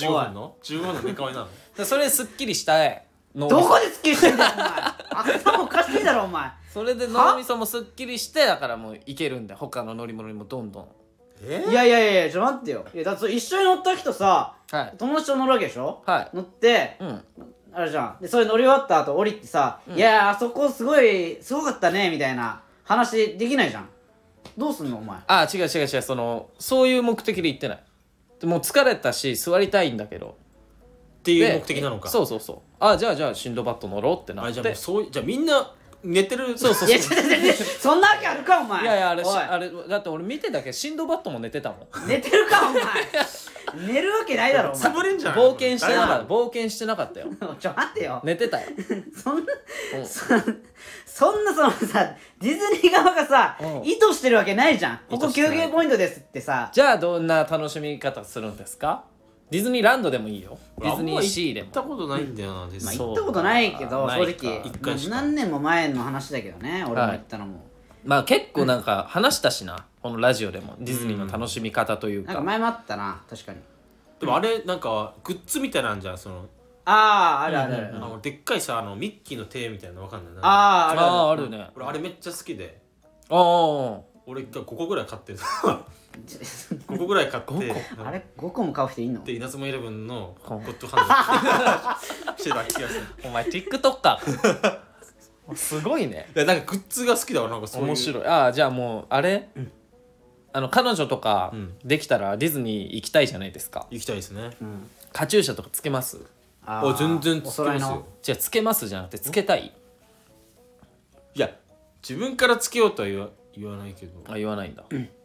Speaker 3: けど15分の15分の寝かわいなの
Speaker 2: それすっきりしたい脳みそ
Speaker 1: どこで突きしてんだよお前頭おかしいだろお前
Speaker 2: それで脳みそもすっきりしてだからもういけるんだよ他の乗り物にもどんどん
Speaker 3: え
Speaker 1: いやいやいやいやちょっと待ってよいやだってそれ一緒に乗った人さ
Speaker 2: はい
Speaker 1: 友達と乗るわけでしょ
Speaker 2: はい
Speaker 1: 乗って
Speaker 2: うん
Speaker 1: あれじゃんでそれ乗り終わった後降りてさ「いやーあそこすごいすごかったね」みたいな話できないじゃんどうすんのお前
Speaker 2: あ違う違う違うそのそういう目的で行ってないもう疲れたし座りたいんだけど
Speaker 3: っていう
Speaker 2: で
Speaker 3: 目的なのか
Speaker 2: そうそうそうあじゃあじゃあシンドバッド乗ろうってな
Speaker 3: あ
Speaker 2: っ
Speaker 3: じゃあも
Speaker 2: て
Speaker 3: うそうじゃあみんな寝てるそうそ
Speaker 1: いやちょっと待ってそんなわけあるかお前
Speaker 2: いやいやあれし
Speaker 1: お
Speaker 2: あれだって俺見てたけどシンドバッドも寝てたもん
Speaker 1: 寝てるかお前寝るわけないだろお前
Speaker 3: 潰れんじゃん
Speaker 2: 冒険してなか
Speaker 3: 大
Speaker 2: った冒険してなかったよ
Speaker 1: ちょ待ってよ、
Speaker 2: 寝てたよ
Speaker 1: そんな、そそんなそのさディズニー側がさ
Speaker 2: うん
Speaker 1: 意図してるわけないじゃんここ
Speaker 2: 意図してな
Speaker 1: 休
Speaker 2: い
Speaker 1: 憩ポイントですってさ
Speaker 2: じゃあどんな楽しみ方するんですかディズニーランドでもいいよデ
Speaker 3: 丈夫
Speaker 2: ィズニーシーでも
Speaker 3: 行ったことないんだよな
Speaker 1: まあ
Speaker 3: 実際
Speaker 2: そう
Speaker 1: 行ったことないけど
Speaker 2: な
Speaker 1: 正
Speaker 2: いか
Speaker 1: 直
Speaker 3: 一回しか
Speaker 1: もう何年も前の話だけどね俺も行ったのも、
Speaker 2: まあ結構なんか話したしなこのラジオでもディズニーの楽しみ方とい
Speaker 1: な
Speaker 2: う
Speaker 1: ん
Speaker 2: か
Speaker 1: か前もあったな確かに
Speaker 3: でもあれなんかグッズみたいなんじゃんその
Speaker 1: あああるあるある、
Speaker 3: あのでっかいさあのミッキーの手みたいなのわかんないな
Speaker 1: あああるあ
Speaker 2: あああるね
Speaker 3: 俺あれめっちゃ好きで
Speaker 2: ああ
Speaker 3: 俺一回5個ぐらい買ってる 5個ぐらい買って
Speaker 1: るあれ5個も買う人いんの
Speaker 3: で稲妻イレブンのゴッドハンドしてた気がする
Speaker 2: お前 TikToker すごいね
Speaker 3: いやなんかグッズが好きだわなんかそういう
Speaker 2: 面白いああじゃあもうあれ、あの彼女とか
Speaker 3: ん
Speaker 2: できたらディズニー行きたいじゃないですか
Speaker 3: 行きたいですね
Speaker 2: カチューシャとかつけます
Speaker 1: あ
Speaker 3: あ
Speaker 1: ー
Speaker 3: 全然つ
Speaker 1: お
Speaker 3: け
Speaker 1: 揃
Speaker 3: ま
Speaker 1: い
Speaker 3: す
Speaker 1: の
Speaker 3: よ
Speaker 2: じゃあつけますじゃなくてつけたい
Speaker 3: いや自分からつけようとは言わ言わないけど
Speaker 2: あ言わないんだ、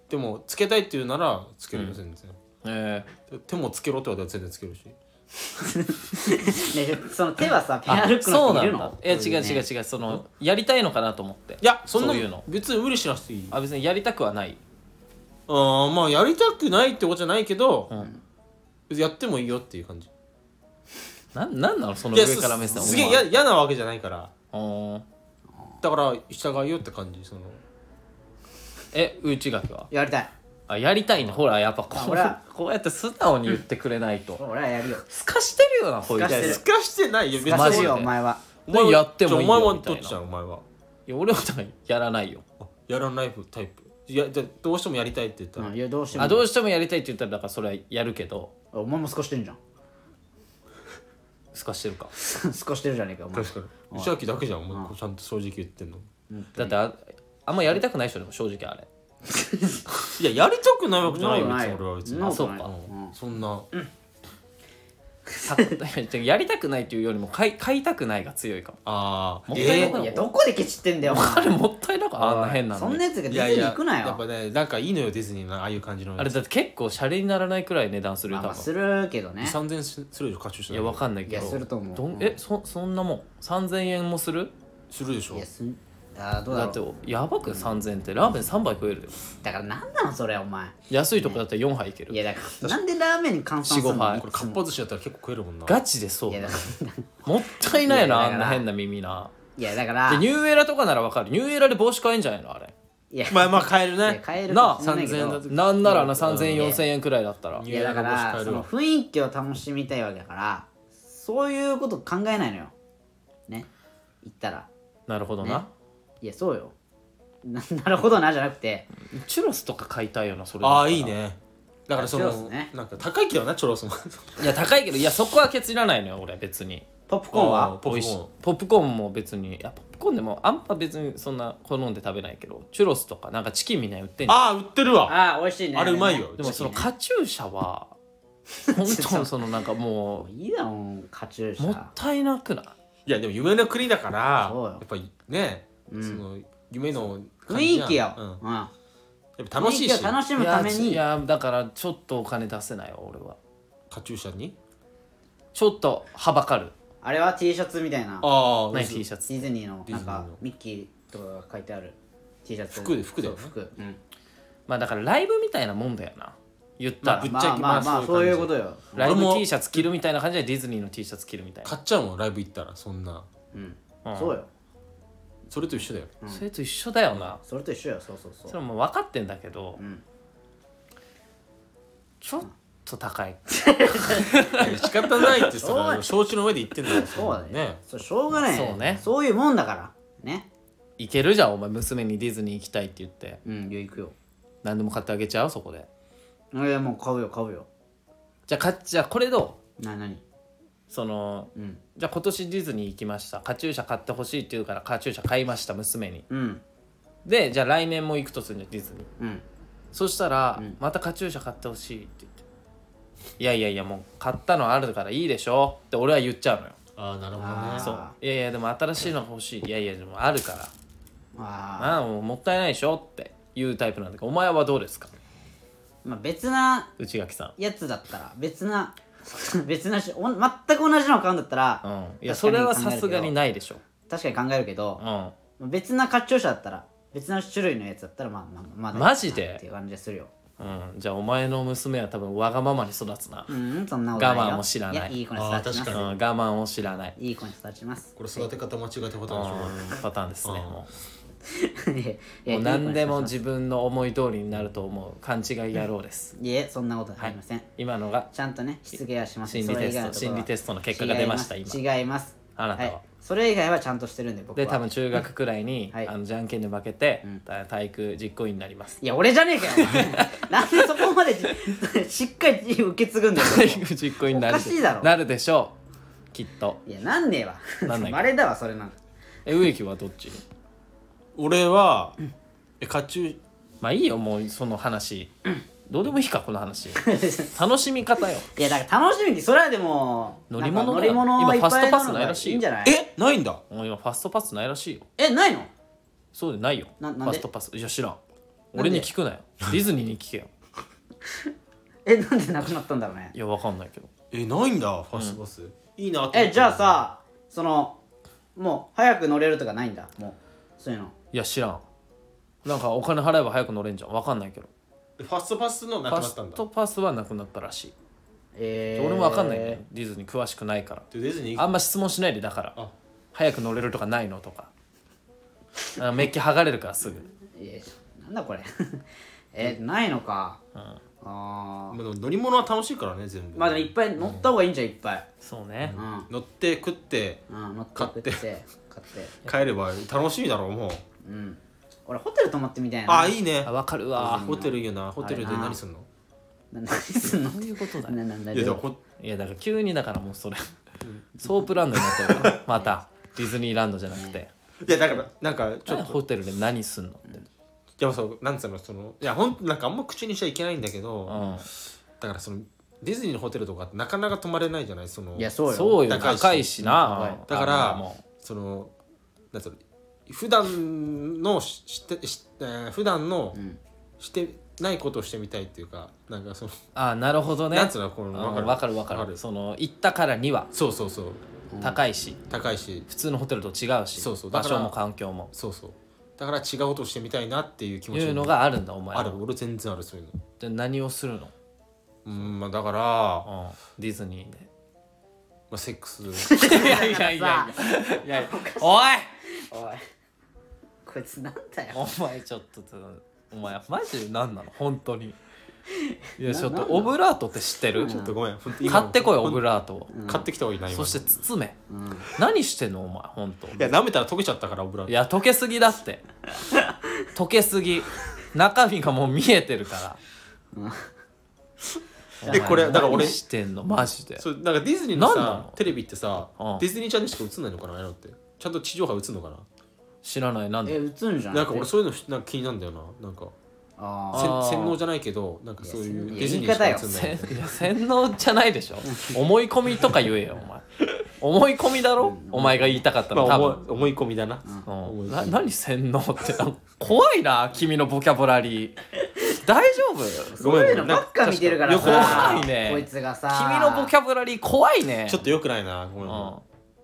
Speaker 3: でもつけたいっていうならつけるよ全然、
Speaker 2: え
Speaker 3: 手もつけろって言われたら全然つけるし
Speaker 1: ねその手はさペ
Speaker 2: ー、
Speaker 1: アルックの
Speaker 2: そう
Speaker 1: 人い
Speaker 2: な
Speaker 1: る
Speaker 2: んだ
Speaker 1: の
Speaker 2: え違う違う違うそのやりたいのかなと思って
Speaker 3: いやそんな
Speaker 2: そういうの
Speaker 3: 別に無理しなくていいあ
Speaker 2: あ別にやりたくはない
Speaker 3: あまあやりたくないってことじゃないけど、やってもいいよっていう感じ
Speaker 2: なんなんなのその
Speaker 3: いや
Speaker 2: 上
Speaker 3: す
Speaker 2: から目線
Speaker 3: すげえや嫌なわけじゃないから
Speaker 2: お前うん
Speaker 3: だから従いよって感じその
Speaker 2: え内垣は
Speaker 1: やりたい
Speaker 2: あやりたいねほらやっぱこ
Speaker 1: ほら
Speaker 2: うこうやって素直に言ってくれないと
Speaker 1: 俺はやるよ
Speaker 2: すかしてるよなこい
Speaker 1: 透かしてる
Speaker 2: つ
Speaker 3: すかしてないよ別
Speaker 1: マ
Speaker 2: マジ
Speaker 1: ジ
Speaker 2: で
Speaker 1: よお前は
Speaker 3: お前は
Speaker 2: やってもいいよ
Speaker 3: じゃあお前は
Speaker 2: みたい
Speaker 3: どっ
Speaker 2: な
Speaker 3: ちなのお前はい
Speaker 2: や俺は多分やらないよ
Speaker 3: あやらないタイプいやじゃあどうしてもやりたいって言った
Speaker 1: う
Speaker 3: ら、
Speaker 1: んいやどうしても
Speaker 2: あどうしてもやりたいって言ったらだからそれはやるけど
Speaker 1: お前も少してんじゃん
Speaker 2: すかしてるか
Speaker 1: 少してるじゃねえかお前
Speaker 3: 確かに内秋だけじゃんお前こうちゃんと正直言ってんの
Speaker 2: だってああんまやりたくないでしょでも正直あれ
Speaker 3: いややりたくないわけじゃないよ
Speaker 1: そんなことな
Speaker 3: 別に
Speaker 1: い
Speaker 3: 俺は別に
Speaker 1: そんなこと
Speaker 3: あ
Speaker 1: ない
Speaker 3: そうかそんな
Speaker 2: さやりた くないというよりも買い買いたくないが強いかも
Speaker 3: ああ
Speaker 2: もっ
Speaker 1: い
Speaker 2: たいなく
Speaker 1: や
Speaker 2: ない
Speaker 1: やどこでケチってんだよお
Speaker 2: あれ
Speaker 1: 前
Speaker 2: もったいなくあんな変な
Speaker 1: そ
Speaker 2: の
Speaker 1: ん
Speaker 2: に
Speaker 1: なやつがデ
Speaker 3: いや
Speaker 1: ィ
Speaker 3: い
Speaker 1: ズニ
Speaker 3: や
Speaker 1: ー行くな
Speaker 3: やっ
Speaker 1: よ
Speaker 3: ぱねなんかいいのよディズニーのああいう感じの
Speaker 2: あれだって結構シャレにならないくらい値段するよ
Speaker 1: まあ
Speaker 2: 多
Speaker 1: まあす
Speaker 2: 分
Speaker 1: るけどね
Speaker 3: 3000円するでしょカチューシャ
Speaker 2: いやわかんない
Speaker 1: い
Speaker 2: け
Speaker 1: や
Speaker 2: ど
Speaker 1: すると思う
Speaker 2: どん
Speaker 1: うん
Speaker 2: えそそんなもん3000円もする
Speaker 3: するでしょ
Speaker 1: いやすんあーどう
Speaker 2: だ
Speaker 1: だ
Speaker 2: って
Speaker 1: ろう
Speaker 2: やばく3000円ってラーメン3杯食えるよ
Speaker 1: だからなんなのそれお前
Speaker 2: 安いとこだったら4杯いける
Speaker 1: いやだからなんでラーメンに換算する
Speaker 2: 四五杯
Speaker 1: の
Speaker 3: これかっぱ寿司だったら結構食えるもんな
Speaker 2: ガチでそう
Speaker 1: いやだか
Speaker 2: もったいない
Speaker 1: い
Speaker 2: な
Speaker 1: やだ
Speaker 2: あ
Speaker 1: から
Speaker 2: んな変な耳な
Speaker 1: らいやだから
Speaker 2: でニューエラとかならわかるニューエラで帽子買えんじゃないのあれ
Speaker 1: いや
Speaker 3: まあまあ買える
Speaker 1: いや
Speaker 3: ね
Speaker 1: 買える
Speaker 2: な
Speaker 1: か
Speaker 2: あ
Speaker 1: もしれないけ
Speaker 3: 3000円だ
Speaker 1: ど
Speaker 3: と
Speaker 2: なんならな3000円4000円くらいだったら
Speaker 1: いやだか
Speaker 3: ニューエラの帽子買
Speaker 1: ら
Speaker 3: え
Speaker 1: そ
Speaker 3: る
Speaker 1: の
Speaker 3: わ
Speaker 1: 雰囲気を楽しみたいわけだからそういうこと考えないのよね言ったら
Speaker 2: なるほどな
Speaker 1: いやそうよな なるほどなじゃなくて
Speaker 2: チュロスとか買いたいよなそれだったら
Speaker 3: ああいいねだからそ
Speaker 1: チョロ
Speaker 3: の
Speaker 1: スね
Speaker 3: なんか高いけどなチョロスも
Speaker 2: いや高いけどいやそこはケチらないのよ俺別に
Speaker 1: ポップコーンは
Speaker 3: ポップコーン
Speaker 2: 美味しいポップコーンも別にいやポップコーンでもあんま別にそんな好んで食べないけどチュロスとかなんかチキンみんな売ってんじゃん
Speaker 3: ああ売ってるわ
Speaker 1: ああ美味しいね
Speaker 3: あれうまいよ
Speaker 2: でもそのカチューシャ は本当にそのなんかも
Speaker 1: いいだろんカチュー
Speaker 2: う
Speaker 1: シ
Speaker 2: もっ
Speaker 1: ャ
Speaker 2: たいなくない
Speaker 3: いやでも夢の国だから
Speaker 1: そうよ
Speaker 3: やっぱりねその夢の感じ
Speaker 1: 雰
Speaker 3: や
Speaker 1: 囲
Speaker 3: ん
Speaker 1: 気よ、
Speaker 3: う
Speaker 1: うんん
Speaker 3: やっぱ楽しい
Speaker 1: 雰囲
Speaker 3: し
Speaker 1: 気を楽しむ
Speaker 2: い
Speaker 1: た
Speaker 2: や
Speaker 1: め
Speaker 2: ちい
Speaker 1: に
Speaker 2: やだからちょっとお金出せないわ俺は
Speaker 3: カチューシャに
Speaker 2: ちょっとはばかる
Speaker 1: あれは T シャツみたいな
Speaker 3: あ
Speaker 2: 何 T シャツ
Speaker 1: ディズニーの
Speaker 3: ディ
Speaker 1: な
Speaker 3: ズ
Speaker 1: ん
Speaker 3: ニーの
Speaker 1: かミッキーとかが書いてある T シャツ
Speaker 3: 服で服だよね
Speaker 1: そう服、うん
Speaker 2: まあだからライブみたいなもんだよな言ったら、
Speaker 3: まぶっち
Speaker 1: ま
Speaker 3: ゃ
Speaker 1: あ
Speaker 3: け
Speaker 1: まあま
Speaker 3: ま
Speaker 1: あ
Speaker 3: あ
Speaker 1: そ
Speaker 3: そうう
Speaker 1: い
Speaker 3: いう
Speaker 1: こ
Speaker 3: う感じ
Speaker 1: とよ
Speaker 2: ライ
Speaker 3: 俺
Speaker 2: ブ
Speaker 3: も
Speaker 2: T シャツ着るみたいな感じでディズニーの T シャツ着るみたいな、
Speaker 3: 買っちゃうもんライブ行ったらそんな
Speaker 1: うん
Speaker 2: うん
Speaker 1: そうよ
Speaker 3: それと一緒だよ
Speaker 2: それと一緒だよな、
Speaker 1: それと一緒よそうそうそ
Speaker 2: それ
Speaker 1: う
Speaker 2: はもう分かってんだけど、
Speaker 1: ん
Speaker 2: ちょっと高い
Speaker 3: いや仕方ないって
Speaker 1: そうだ
Speaker 3: さ
Speaker 1: よ
Speaker 3: 承知の上で言ってんだよ
Speaker 1: そうだね
Speaker 3: ね
Speaker 1: そうしょうがないよ
Speaker 2: そうね
Speaker 1: そういうもんだからね
Speaker 2: いけるじゃんお前娘にディズニー行きたいって言って
Speaker 1: うんいや行くよ
Speaker 2: 何でも買ってあげちゃうそこで
Speaker 1: いやもう買うよ買うよ
Speaker 2: じゃあかじゃあこれど
Speaker 1: な何
Speaker 2: うその
Speaker 1: うん
Speaker 2: じゃあ今年ディズニー行きましたカチューシャ買ってほしいって言うからカチューシャ買いました娘に
Speaker 1: うん
Speaker 2: でじゃあ来年も行くとするんじゃんディズニー
Speaker 1: うん
Speaker 2: そしたら、またカチューシャ買ってほしいって言っていやいやいやもう買ったのあるからいいでしょって俺は言っちゃうのよ
Speaker 3: ああなるほ
Speaker 1: あー
Speaker 3: どね
Speaker 2: そういやいやでも新しいのが欲しいいやいやでもあるから
Speaker 1: まあ
Speaker 2: ああもうもったいないでしょっていうタイプなんだけどお前はどうですか
Speaker 1: まあ別な
Speaker 2: 内垣さ
Speaker 1: やつだったら別な 別なしお全く同じの買うんだったら、
Speaker 2: んうんい
Speaker 1: 確
Speaker 2: や
Speaker 1: か
Speaker 2: そ
Speaker 1: に
Speaker 2: れはさすがにないでしょ
Speaker 1: 確かに考えるけど
Speaker 2: う、ん
Speaker 1: 別なカチューシャだったら別な種類のやつだったらまあまあまあ
Speaker 2: マジで
Speaker 1: っていう感じがするよ
Speaker 2: うん、じゃあお前の娘は多分わがままに育つな、
Speaker 1: う
Speaker 2: うん
Speaker 1: んそんなことないよ
Speaker 2: 我慢も知らない
Speaker 1: やいい子に育ち
Speaker 3: あー確
Speaker 1: ま
Speaker 3: か
Speaker 2: 我慢を知らない、
Speaker 1: すいい子に育ちます
Speaker 3: これ育て方間違えたこと
Speaker 2: う
Speaker 3: あるでしょ
Speaker 2: ん、パターンですね
Speaker 3: うん
Speaker 2: も
Speaker 1: いやいうや
Speaker 2: もう何でも
Speaker 1: いい子に育ち
Speaker 2: 自分の思い通りになると思う勘違い野郎です、
Speaker 1: ますいえそんなことありません、
Speaker 2: 今のが
Speaker 1: ちゃんとね失言はしません
Speaker 2: 心
Speaker 1: それ
Speaker 2: 理テ
Speaker 1: 以外のと
Speaker 2: スト
Speaker 1: ころ
Speaker 2: 心理テストの結果が出ました
Speaker 1: 違い
Speaker 2: 今
Speaker 1: す違います、
Speaker 2: あなたはい
Speaker 1: それ以外はちゃんとしてるんで僕は
Speaker 2: で多分中学くらいに、
Speaker 1: はい
Speaker 2: あのじゃんけんで負けて、た体育実行委員になります
Speaker 1: いや俺じゃねえかよお 前なんでそこまでじ しっかり受け継ぐんだよ
Speaker 2: 体育 実行委員になるで
Speaker 1: おかしいだろ
Speaker 2: なるでしょうきっと
Speaker 1: いやなんねえわ
Speaker 2: なん ないか
Speaker 1: まれだわそれなんか
Speaker 2: え植木はどっち
Speaker 3: 俺はえカチュー
Speaker 2: まあいいよもうその話どうでもいいかこの話楽しみ方よ
Speaker 1: いやだから楽しみにそれはでも
Speaker 2: 乗り物
Speaker 1: なん
Speaker 2: だ
Speaker 1: か乗り
Speaker 2: よ
Speaker 1: 物はいっぱい
Speaker 2: 今ファストパス
Speaker 1: のが
Speaker 2: ないらしいよ
Speaker 1: いんじゃない
Speaker 3: えないんだ
Speaker 2: もう今ファストパスないらしいよ
Speaker 1: えないの
Speaker 2: そうでないよ
Speaker 1: ななんで
Speaker 2: ファストパスいや知らん
Speaker 1: で
Speaker 2: 俺に聞くなよディズニーに聞けよ
Speaker 1: えなんでなくなったんだろうね
Speaker 2: いやわかんないけど
Speaker 3: えないんだファストパスいいなと思って
Speaker 1: えじゃあさそのもう早く乗れるとかないんだもうそういうの
Speaker 2: いや知らんなんかお金払えば早く乗れんじゃんわかんないけど
Speaker 3: ファストパスのな
Speaker 2: フ
Speaker 3: く
Speaker 2: ァ
Speaker 3: なっ
Speaker 2: ス
Speaker 3: たんだ
Speaker 2: トパスはなくなったらしい
Speaker 1: えー、
Speaker 2: 俺もわかんないんだよディズニー詳しくないから
Speaker 3: でディズニー
Speaker 2: あんま質問しないでだから
Speaker 3: あ
Speaker 2: 早く乗れるとかないのとかあメッキ剥がれるからすぐ
Speaker 1: えーなんだこれ えないのか、ああ
Speaker 3: まあでも乗り物は楽しいからね全部
Speaker 1: まあでもいっぱい乗った方がいいんじゃんいっぱい
Speaker 2: そうね
Speaker 1: うん、うん、
Speaker 3: 乗って食って
Speaker 1: 乗って食って買って
Speaker 3: 帰れば楽しいだろうもう
Speaker 1: うん俺ホテル泊まってみたいな
Speaker 3: あいいね
Speaker 2: あわかるわ
Speaker 3: ホテルいいよなホテルで
Speaker 1: あれな
Speaker 3: 何すんの
Speaker 1: な何すんの
Speaker 2: そういうことだ
Speaker 1: ななんだ
Speaker 3: いやでも
Speaker 1: よ
Speaker 3: ほ
Speaker 2: いやだから急にだからもうそれソープランドになってるからまたディズニーランドじゃなくて
Speaker 3: いやだからなんかち
Speaker 2: ちょっ
Speaker 3: ょ
Speaker 2: と
Speaker 3: っと
Speaker 2: ホテルで何すんのって
Speaker 3: いやそうなんつうのそのいやほんなんかあんま口にしちゃいけないんだけ
Speaker 2: う
Speaker 3: ど
Speaker 2: ん
Speaker 3: だからそのディズニーのホテルとかってなかなか泊まれないじゃないその
Speaker 1: いやそうよ
Speaker 2: そうよ
Speaker 3: 高いし
Speaker 2: 高いしな
Speaker 3: だか
Speaker 2: あ
Speaker 3: ら
Speaker 2: もう
Speaker 3: そのなんつうの普段のししてし、えー普段のしてないことをしてみたいっていうかなんかその、
Speaker 2: あなるほどね
Speaker 3: なんつうのこの
Speaker 2: わか
Speaker 3: わか
Speaker 2: る
Speaker 3: る
Speaker 2: わかるわか
Speaker 3: わか
Speaker 2: る
Speaker 3: る
Speaker 2: その行ったからには
Speaker 3: そうそうそう
Speaker 2: 高いし
Speaker 3: 高いし
Speaker 2: 普通のホテルと違うし
Speaker 3: そうそう
Speaker 2: 場
Speaker 3: だから
Speaker 2: 所も環境も
Speaker 3: そうそうだから違うことをしてみたいなっていう気持ち
Speaker 2: いうのがあるんだお前
Speaker 3: ある俺全然あるそういうの
Speaker 2: じゃあ何をするの、
Speaker 3: うんまあだから、ま
Speaker 2: うん、ディズニ ーで
Speaker 3: あ、セッ クス
Speaker 2: いやいやいやいやいや おい
Speaker 1: おいこいつなんだよ
Speaker 2: お前ちょっとお前マジで何なの本当にいやちょっ
Speaker 1: な
Speaker 2: と
Speaker 1: なんなの
Speaker 2: オブラートって知ってる
Speaker 3: ちょっとごめん本当今
Speaker 2: 買ってこいオブラートを、
Speaker 3: 買ってきた方がいいな今
Speaker 2: そして包め、何してんのお前本当
Speaker 3: いや舐めたら溶けちゃったからオブラ
Speaker 2: い
Speaker 3: ート
Speaker 2: や溶けすぎだって溶けすぎ中身がもう見えてるからお前
Speaker 3: これだから俺
Speaker 2: 何してんのマジで
Speaker 3: そうなんかディズニーの
Speaker 2: なんなの
Speaker 3: さテレビってさ、
Speaker 2: うん
Speaker 3: ディズニーチャンネルしか映んないのかなああいうのってちゃんと地上波映んのかな、
Speaker 2: 知らないなん
Speaker 1: え
Speaker 2: で
Speaker 1: 打つんじゃん
Speaker 3: なんか俺そういうのなんか気になるんだよななんか
Speaker 1: あ
Speaker 3: せ
Speaker 2: あー
Speaker 3: 洗脳じゃないけどなんかそういう
Speaker 1: いや
Speaker 3: ディズニーしか映んない
Speaker 2: せんいや洗脳じゃないでしょ思い込みとか言えよお前思い込みだろお前が言いたかった
Speaker 3: ま
Speaker 2: の多
Speaker 3: あ思い
Speaker 2: 分
Speaker 3: 思い込みだな、
Speaker 2: う
Speaker 3: 思い
Speaker 2: ん、
Speaker 3: 込
Speaker 2: な
Speaker 3: み
Speaker 2: 何洗脳ってなんか怖いな君のボキャブラリー大丈夫
Speaker 1: そういうのばっか見てるからさ
Speaker 2: よくないね
Speaker 1: こいつがさ
Speaker 2: 君のボキャブラリー怖いね
Speaker 3: ちょっとよくないなごめん、
Speaker 2: うん、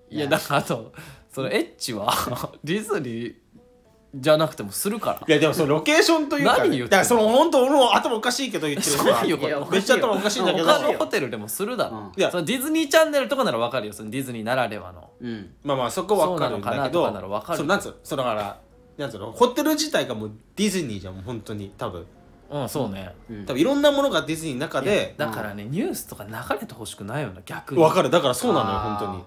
Speaker 2: いやだからあとそのエッチは ディズニーじゃなくてもするから
Speaker 3: いやでもそのロケーションというか、
Speaker 2: 何言ってんの
Speaker 3: だからその本当俺も頭おかしいけど言ってる
Speaker 2: そうよこ
Speaker 1: い
Speaker 2: れ
Speaker 1: や
Speaker 3: めっちゃ頭おかしいんだけど
Speaker 1: おか
Speaker 2: 他
Speaker 1: しい
Speaker 2: のホテルでもするだろ、
Speaker 1: うん
Speaker 3: いや
Speaker 2: そのディズニーチャンネルとかならわかるよそのディズニーならではの
Speaker 1: うん
Speaker 3: まあまあそこは分かるんだけど
Speaker 2: そうなのかなとかなら分かる
Speaker 3: そのなんつうのそのだからなんつうのホテル自体がもうディズニーじゃんもう本当に多分
Speaker 2: うんそうね、
Speaker 1: うん
Speaker 3: 多分いろんなものがディズニーの中で
Speaker 2: だからね、ニュースとか流れてほしくないよな逆に
Speaker 3: 分かるだからそうなのよ
Speaker 1: あー
Speaker 3: 本当に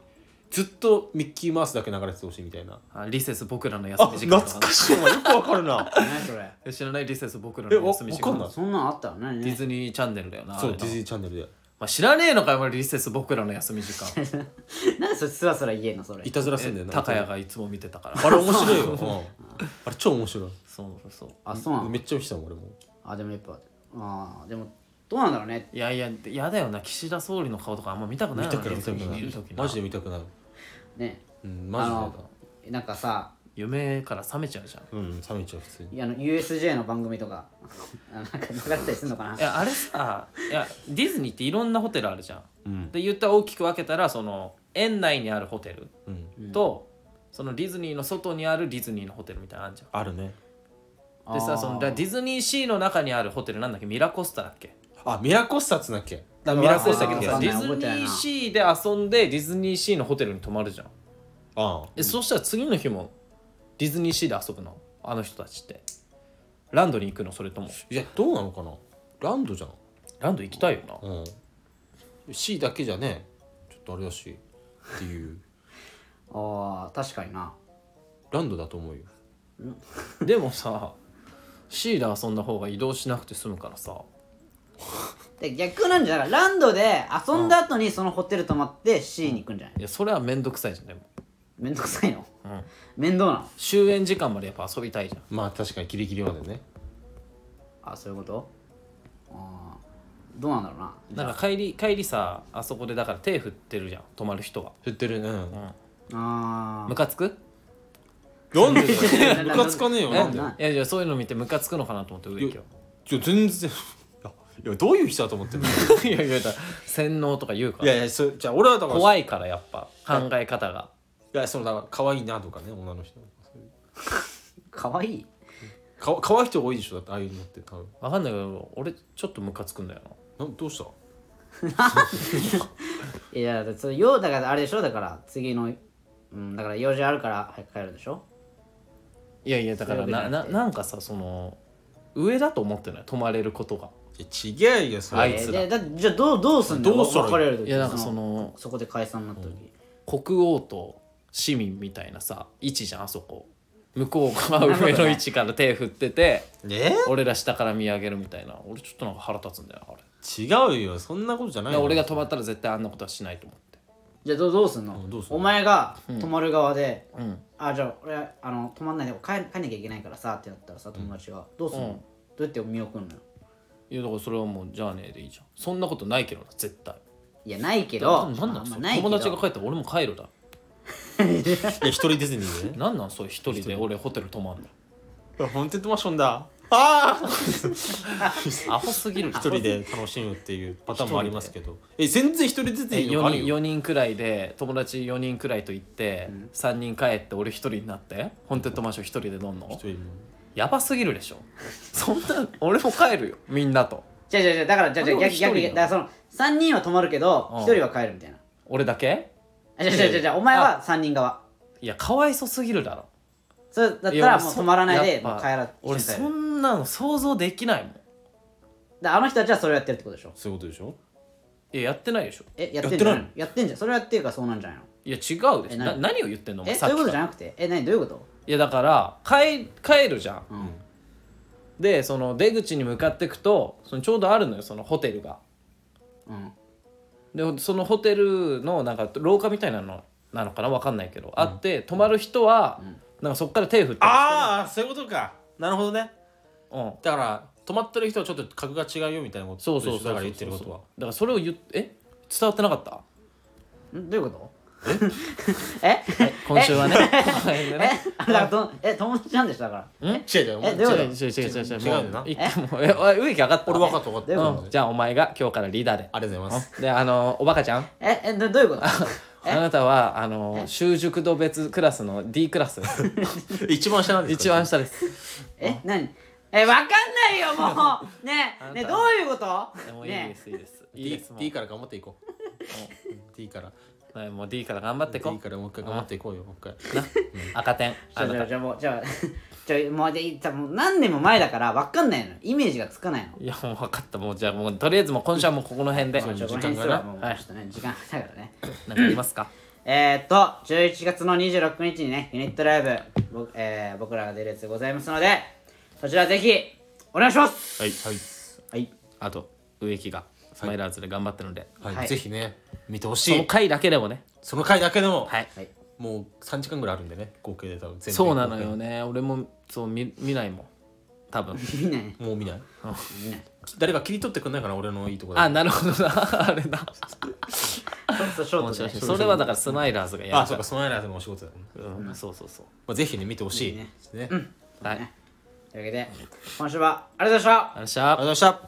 Speaker 3: ずっとミッキーマウスだけ流れててほしいみたいな
Speaker 2: あリセス僕らの
Speaker 3: あ
Speaker 2: 休み時間と
Speaker 3: 懐
Speaker 2: か
Speaker 3: かしいお前よく分かるな
Speaker 1: 何それ
Speaker 2: 知らないリセス僕ら
Speaker 3: え
Speaker 2: の
Speaker 3: わ
Speaker 2: 休み
Speaker 3: 分
Speaker 2: 時
Speaker 3: かんな
Speaker 2: 間
Speaker 3: い
Speaker 1: そんなのあったの何
Speaker 2: ディズニーチャンネルだよな
Speaker 3: そう
Speaker 2: あ
Speaker 3: デ
Speaker 2: れな
Speaker 3: ィズニーチャンネルで
Speaker 2: まあ、知らねえのかよお前リセス僕らの休み時 間
Speaker 1: 何それすらすら言えんのそれ
Speaker 3: いたずらすんだよな
Speaker 2: 高谷がいつも見てたから
Speaker 3: あれ面白いようんあれ超面白い
Speaker 2: そうそう
Speaker 1: あそうなの
Speaker 3: めっちゃ見てたもん俺も
Speaker 1: あでもやっぱあーでもどうなんだろうね
Speaker 2: いやいややだよな岸田総理の顔とかあんま見たくない
Speaker 3: 見
Speaker 2: よ
Speaker 3: た
Speaker 2: な
Speaker 3: くない見た
Speaker 2: デ
Speaker 3: く
Speaker 2: ィズニ
Speaker 3: な
Speaker 2: ー
Speaker 3: い
Speaker 2: 見る時な
Speaker 3: マジで見たくない
Speaker 1: ね
Speaker 3: うん
Speaker 1: あ
Speaker 3: マ
Speaker 1: のなんかさ
Speaker 2: 夢から覚めちゃうじゃん
Speaker 3: ジでうん冷めちゃう普通に
Speaker 1: いやあの USJ の番組とかあなんか流れたりするのかない
Speaker 2: やあれさいやディズニーっていろんなホテルあるじゃん、
Speaker 3: うん
Speaker 2: で言ったら大きく分けたらその園内にあるホテル
Speaker 3: うん
Speaker 2: と、そのディズニーの外にあるディズニーのホテルみたいなのあるじゃん
Speaker 3: あるね
Speaker 2: で
Speaker 1: あ
Speaker 2: さ
Speaker 1: ー
Speaker 2: そのだディズニーシーの中にあるホテルなんだっけミラコスタだっけ
Speaker 3: あミラコスタっつうんだっけだからミラ
Speaker 2: 忘
Speaker 3: コ
Speaker 2: れ
Speaker 3: スタ
Speaker 2: たけ
Speaker 3: っ
Speaker 2: ど
Speaker 3: け
Speaker 1: わか
Speaker 2: さ
Speaker 1: ん
Speaker 2: デ
Speaker 1: ない
Speaker 2: ィズニーシーで遊んでディズニーシーのホテルに泊まるじゃん
Speaker 3: ああ
Speaker 2: えそしたら次の日もディズニーシーで遊ぶのあの人たちってランドに行くのそれとも
Speaker 3: いやどうなのかなランドじゃん
Speaker 2: ランド行きたいよな
Speaker 3: うん C だけじゃねちょっとあれだしっていう
Speaker 1: あー確かにな
Speaker 3: ランドだと思うよ
Speaker 2: でもさシーラ遊んだ方が移動しなくて済むからさ
Speaker 1: で逆なんじゃないランドで遊んだ後にそのホテル泊まって C に行くんじゃない
Speaker 2: いやそれはめんどくさいじゃんでも
Speaker 1: めんどくさいの、
Speaker 2: ん
Speaker 1: 面倒なの
Speaker 2: 終演時間までやっぱ遊びたいじゃん
Speaker 3: まあ確かにギリギリまでね
Speaker 1: あそういうことあーどうなんだろうな
Speaker 2: なんか帰り帰りさあそこでだから手振ってるじゃん泊まる人は
Speaker 3: 振ってるねうん
Speaker 1: あー
Speaker 2: ムカつく
Speaker 3: なんでだよムカつかねえよ
Speaker 1: え
Speaker 3: なんで
Speaker 1: ない
Speaker 2: やいやそういうの見てムカつくのかなと思って植木を
Speaker 3: いや全然いやいやどういう人だと思ってる の
Speaker 2: いやいやだ洗脳とか言うか
Speaker 3: い
Speaker 2: ら
Speaker 3: やいやそじゃあ俺はだからい
Speaker 2: 怖いからやっぱ考え方が
Speaker 3: やそのだから可愛いなとかね女の人
Speaker 1: かわいい
Speaker 3: かわ可愛い人多いでしょだってああいうのって多分
Speaker 2: わかんないけど俺ちょっとムカつくんだよな
Speaker 3: なんどうした
Speaker 1: いやだそれよだからあれでしょだから次のうんだから用事あるから早く帰るでしょ
Speaker 2: いやいやだからなななんかさその上だと思ってない泊まれることが
Speaker 3: いやちげえよそれ、
Speaker 2: あいつら
Speaker 1: えーでだってじゃあどうどうすんの
Speaker 3: どうする
Speaker 1: 別れる時
Speaker 2: いやなんかその
Speaker 1: そこで解散になった時、
Speaker 2: 国王と市民みたいなさ位置じゃんあそこ向こうが上の位置から手振って て
Speaker 3: え
Speaker 2: 俺ら下から見上げるみたいな俺ちょっとなんか腹立つんだよあれ
Speaker 3: 違うよそんなことじゃない
Speaker 2: だから
Speaker 3: よ
Speaker 2: 俺が泊まったら絶対あんなことはしないと思って
Speaker 1: じゃあどうどうすんの
Speaker 3: んどうすんの
Speaker 1: お前が泊まる側で、
Speaker 2: ん
Speaker 1: あじゃあ俺あの泊まんないで帰帰んなきゃいけないからさってなったらさ友達が、どうすんの、どうやって見送るのよ
Speaker 2: いやだからそれはもうじゃあねでいいじゃんそんなことないけどな絶対
Speaker 1: いやないけ
Speaker 2: な
Speaker 1: ど
Speaker 2: んなんなん
Speaker 1: あん
Speaker 2: そ
Speaker 1: ま
Speaker 2: れ
Speaker 1: ないけど
Speaker 2: 友達が帰ったら俺も帰るだ
Speaker 3: いや一人ディズニーで
Speaker 2: なんなんそう一人で俺ホテル泊まんの
Speaker 3: ホーンテッドマンションだああ
Speaker 2: アホすぎる
Speaker 3: 一人で楽しむっていうパターンもありますけどえ全然一人ディズニーのあ
Speaker 2: 4
Speaker 3: る
Speaker 2: 人
Speaker 3: よ
Speaker 2: 4人くらいで友達4人くらいと行って、3人帰って俺1人になってホンテッドマンション1人で飲んの
Speaker 3: 一人も
Speaker 2: やばすぎるでしょそんな俺も帰るよみんなと
Speaker 1: じゃじゃじゃだからじゃじゃ
Speaker 2: なんで
Speaker 1: 逆
Speaker 2: 俺一人
Speaker 1: 逆
Speaker 2: な
Speaker 1: 逆だ
Speaker 2: の
Speaker 1: からその3人は泊まるけど
Speaker 2: うん
Speaker 1: 1人は帰るみたいな
Speaker 2: 俺だけ
Speaker 1: あじゃじゃじゃじゃお前は3人側
Speaker 2: いやかわいそすぎるだろ
Speaker 1: それだった
Speaker 2: いや
Speaker 1: ら
Speaker 2: 俺
Speaker 1: もう
Speaker 2: そ
Speaker 1: 泊まらない
Speaker 2: や
Speaker 1: で
Speaker 2: っぱ
Speaker 1: もう帰ら
Speaker 2: 俺
Speaker 1: 一緒に帰
Speaker 2: そ
Speaker 1: る
Speaker 2: んなの想像できないもん
Speaker 1: だからあの人たちはそれをやってるってことでしょ
Speaker 3: そういうことでしょ
Speaker 2: いややってないでしょ
Speaker 1: えやってんじゃない
Speaker 3: やって
Speaker 1: のやってんじゃんそれやってるからそうなんじゃないの
Speaker 2: いや違うで
Speaker 1: え
Speaker 2: し
Speaker 1: 何
Speaker 2: ょな何を言ってんのお前
Speaker 1: え
Speaker 2: さ
Speaker 1: そ
Speaker 2: っ
Speaker 1: う
Speaker 2: き
Speaker 1: いうこと
Speaker 2: か
Speaker 1: じ
Speaker 2: ら
Speaker 1: ゃなくてえ何どういうこと
Speaker 2: いやだから帰帰るじゃん、
Speaker 1: ん
Speaker 2: でその出口に向かってくとそのちょうどあるのよそのホテルが
Speaker 1: うん
Speaker 2: でそのホテルのなんか廊下みたいなのなのかなわかんないけど、あって泊まる人は、なんかそっから手振って
Speaker 3: ああそういうことかなるほどね
Speaker 2: うん、
Speaker 3: だから泊まってる人はちょっと格が違うよみたいなこと
Speaker 2: そうそうそう
Speaker 3: だから言ってることは
Speaker 2: だからそれを言ってえ伝わってなかった
Speaker 1: んどういうことえ え
Speaker 2: 今週はね え
Speaker 1: えあ だからとえ友達なんでしょだから
Speaker 3: 違う違う
Speaker 1: え
Speaker 3: もう
Speaker 1: どう
Speaker 2: 違
Speaker 1: いううこ
Speaker 2: 違う違う違う違う
Speaker 3: 違うよな
Speaker 2: もう一回もうえおい植木上がった
Speaker 3: 俺分かった分かった
Speaker 1: え
Speaker 3: うん
Speaker 2: うん、じゃあお前が今日からリーダーで
Speaker 3: ありがとうございます
Speaker 2: うんであのおバカちゃん
Speaker 1: とええどどういうこと
Speaker 2: あなたはあの習熟度別クラスの D クラスです
Speaker 3: 一番下なんです
Speaker 2: 一
Speaker 3: か
Speaker 2: 番下です
Speaker 1: え何えわかんないよも うねえねえどういうこと
Speaker 2: もういいで
Speaker 1: ね
Speaker 2: すいいですいい
Speaker 3: D,
Speaker 2: ですもう
Speaker 3: D から頑張っていこう D から
Speaker 2: はいもう D から頑張ってこ
Speaker 3: D からもう一回頑張っていこうよもう一回
Speaker 2: 赤点
Speaker 1: え
Speaker 2: あ
Speaker 1: じゃ
Speaker 2: な
Speaker 1: あ
Speaker 2: た
Speaker 1: じゃあもうじゃあ じゃあもうじゃあもう何年も前だからわかんないのイメージがつかないの
Speaker 2: いやもう分かったもうじゃあもうとりあえずもう今週はもうここの辺で
Speaker 1: ちょ
Speaker 2: 何
Speaker 1: こ
Speaker 2: か
Speaker 1: の
Speaker 3: 時間
Speaker 1: 辺
Speaker 3: が
Speaker 1: す
Speaker 3: な
Speaker 1: らもうちょ
Speaker 2: はい
Speaker 1: っとね時間だからね
Speaker 2: ありますか
Speaker 1: えー、っと、11月の26日にね、ユニットライブ、僕,、えー僕らが出るやつございますので、そちらぜひ、お願いします
Speaker 3: はいはい
Speaker 1: はい。
Speaker 2: あと植木がスマイラーズで頑張ってるので、
Speaker 3: はい、
Speaker 1: はい
Speaker 3: ぜひね見てほし
Speaker 2: その
Speaker 3: い
Speaker 2: 回だけでもね
Speaker 3: その回だけでも、
Speaker 2: はい、
Speaker 1: はい。
Speaker 3: もう3時間ぐらいあるんでね合計で多分全部
Speaker 2: そうなのよね俺もそう見見ないもん多 分
Speaker 1: みんな ね、
Speaker 3: もう見ない
Speaker 1: みんなね。
Speaker 3: 誰か切り取ってくんないかな俺のいいところ
Speaker 2: あなるほどなあれだ
Speaker 1: そうそう、ショ
Speaker 2: 面
Speaker 1: ート
Speaker 2: 白い
Speaker 1: で、ね。
Speaker 2: それはだからスマイラーズがやる
Speaker 3: あそうかその間のお仕事だね、
Speaker 2: うん、そうそうそう
Speaker 3: まあ、ぜひね見てほしい
Speaker 1: いいね
Speaker 3: ね、ありがとう
Speaker 2: はいありがとう
Speaker 1: というわけで、今週はありがとうございました
Speaker 2: ございました
Speaker 3: ございました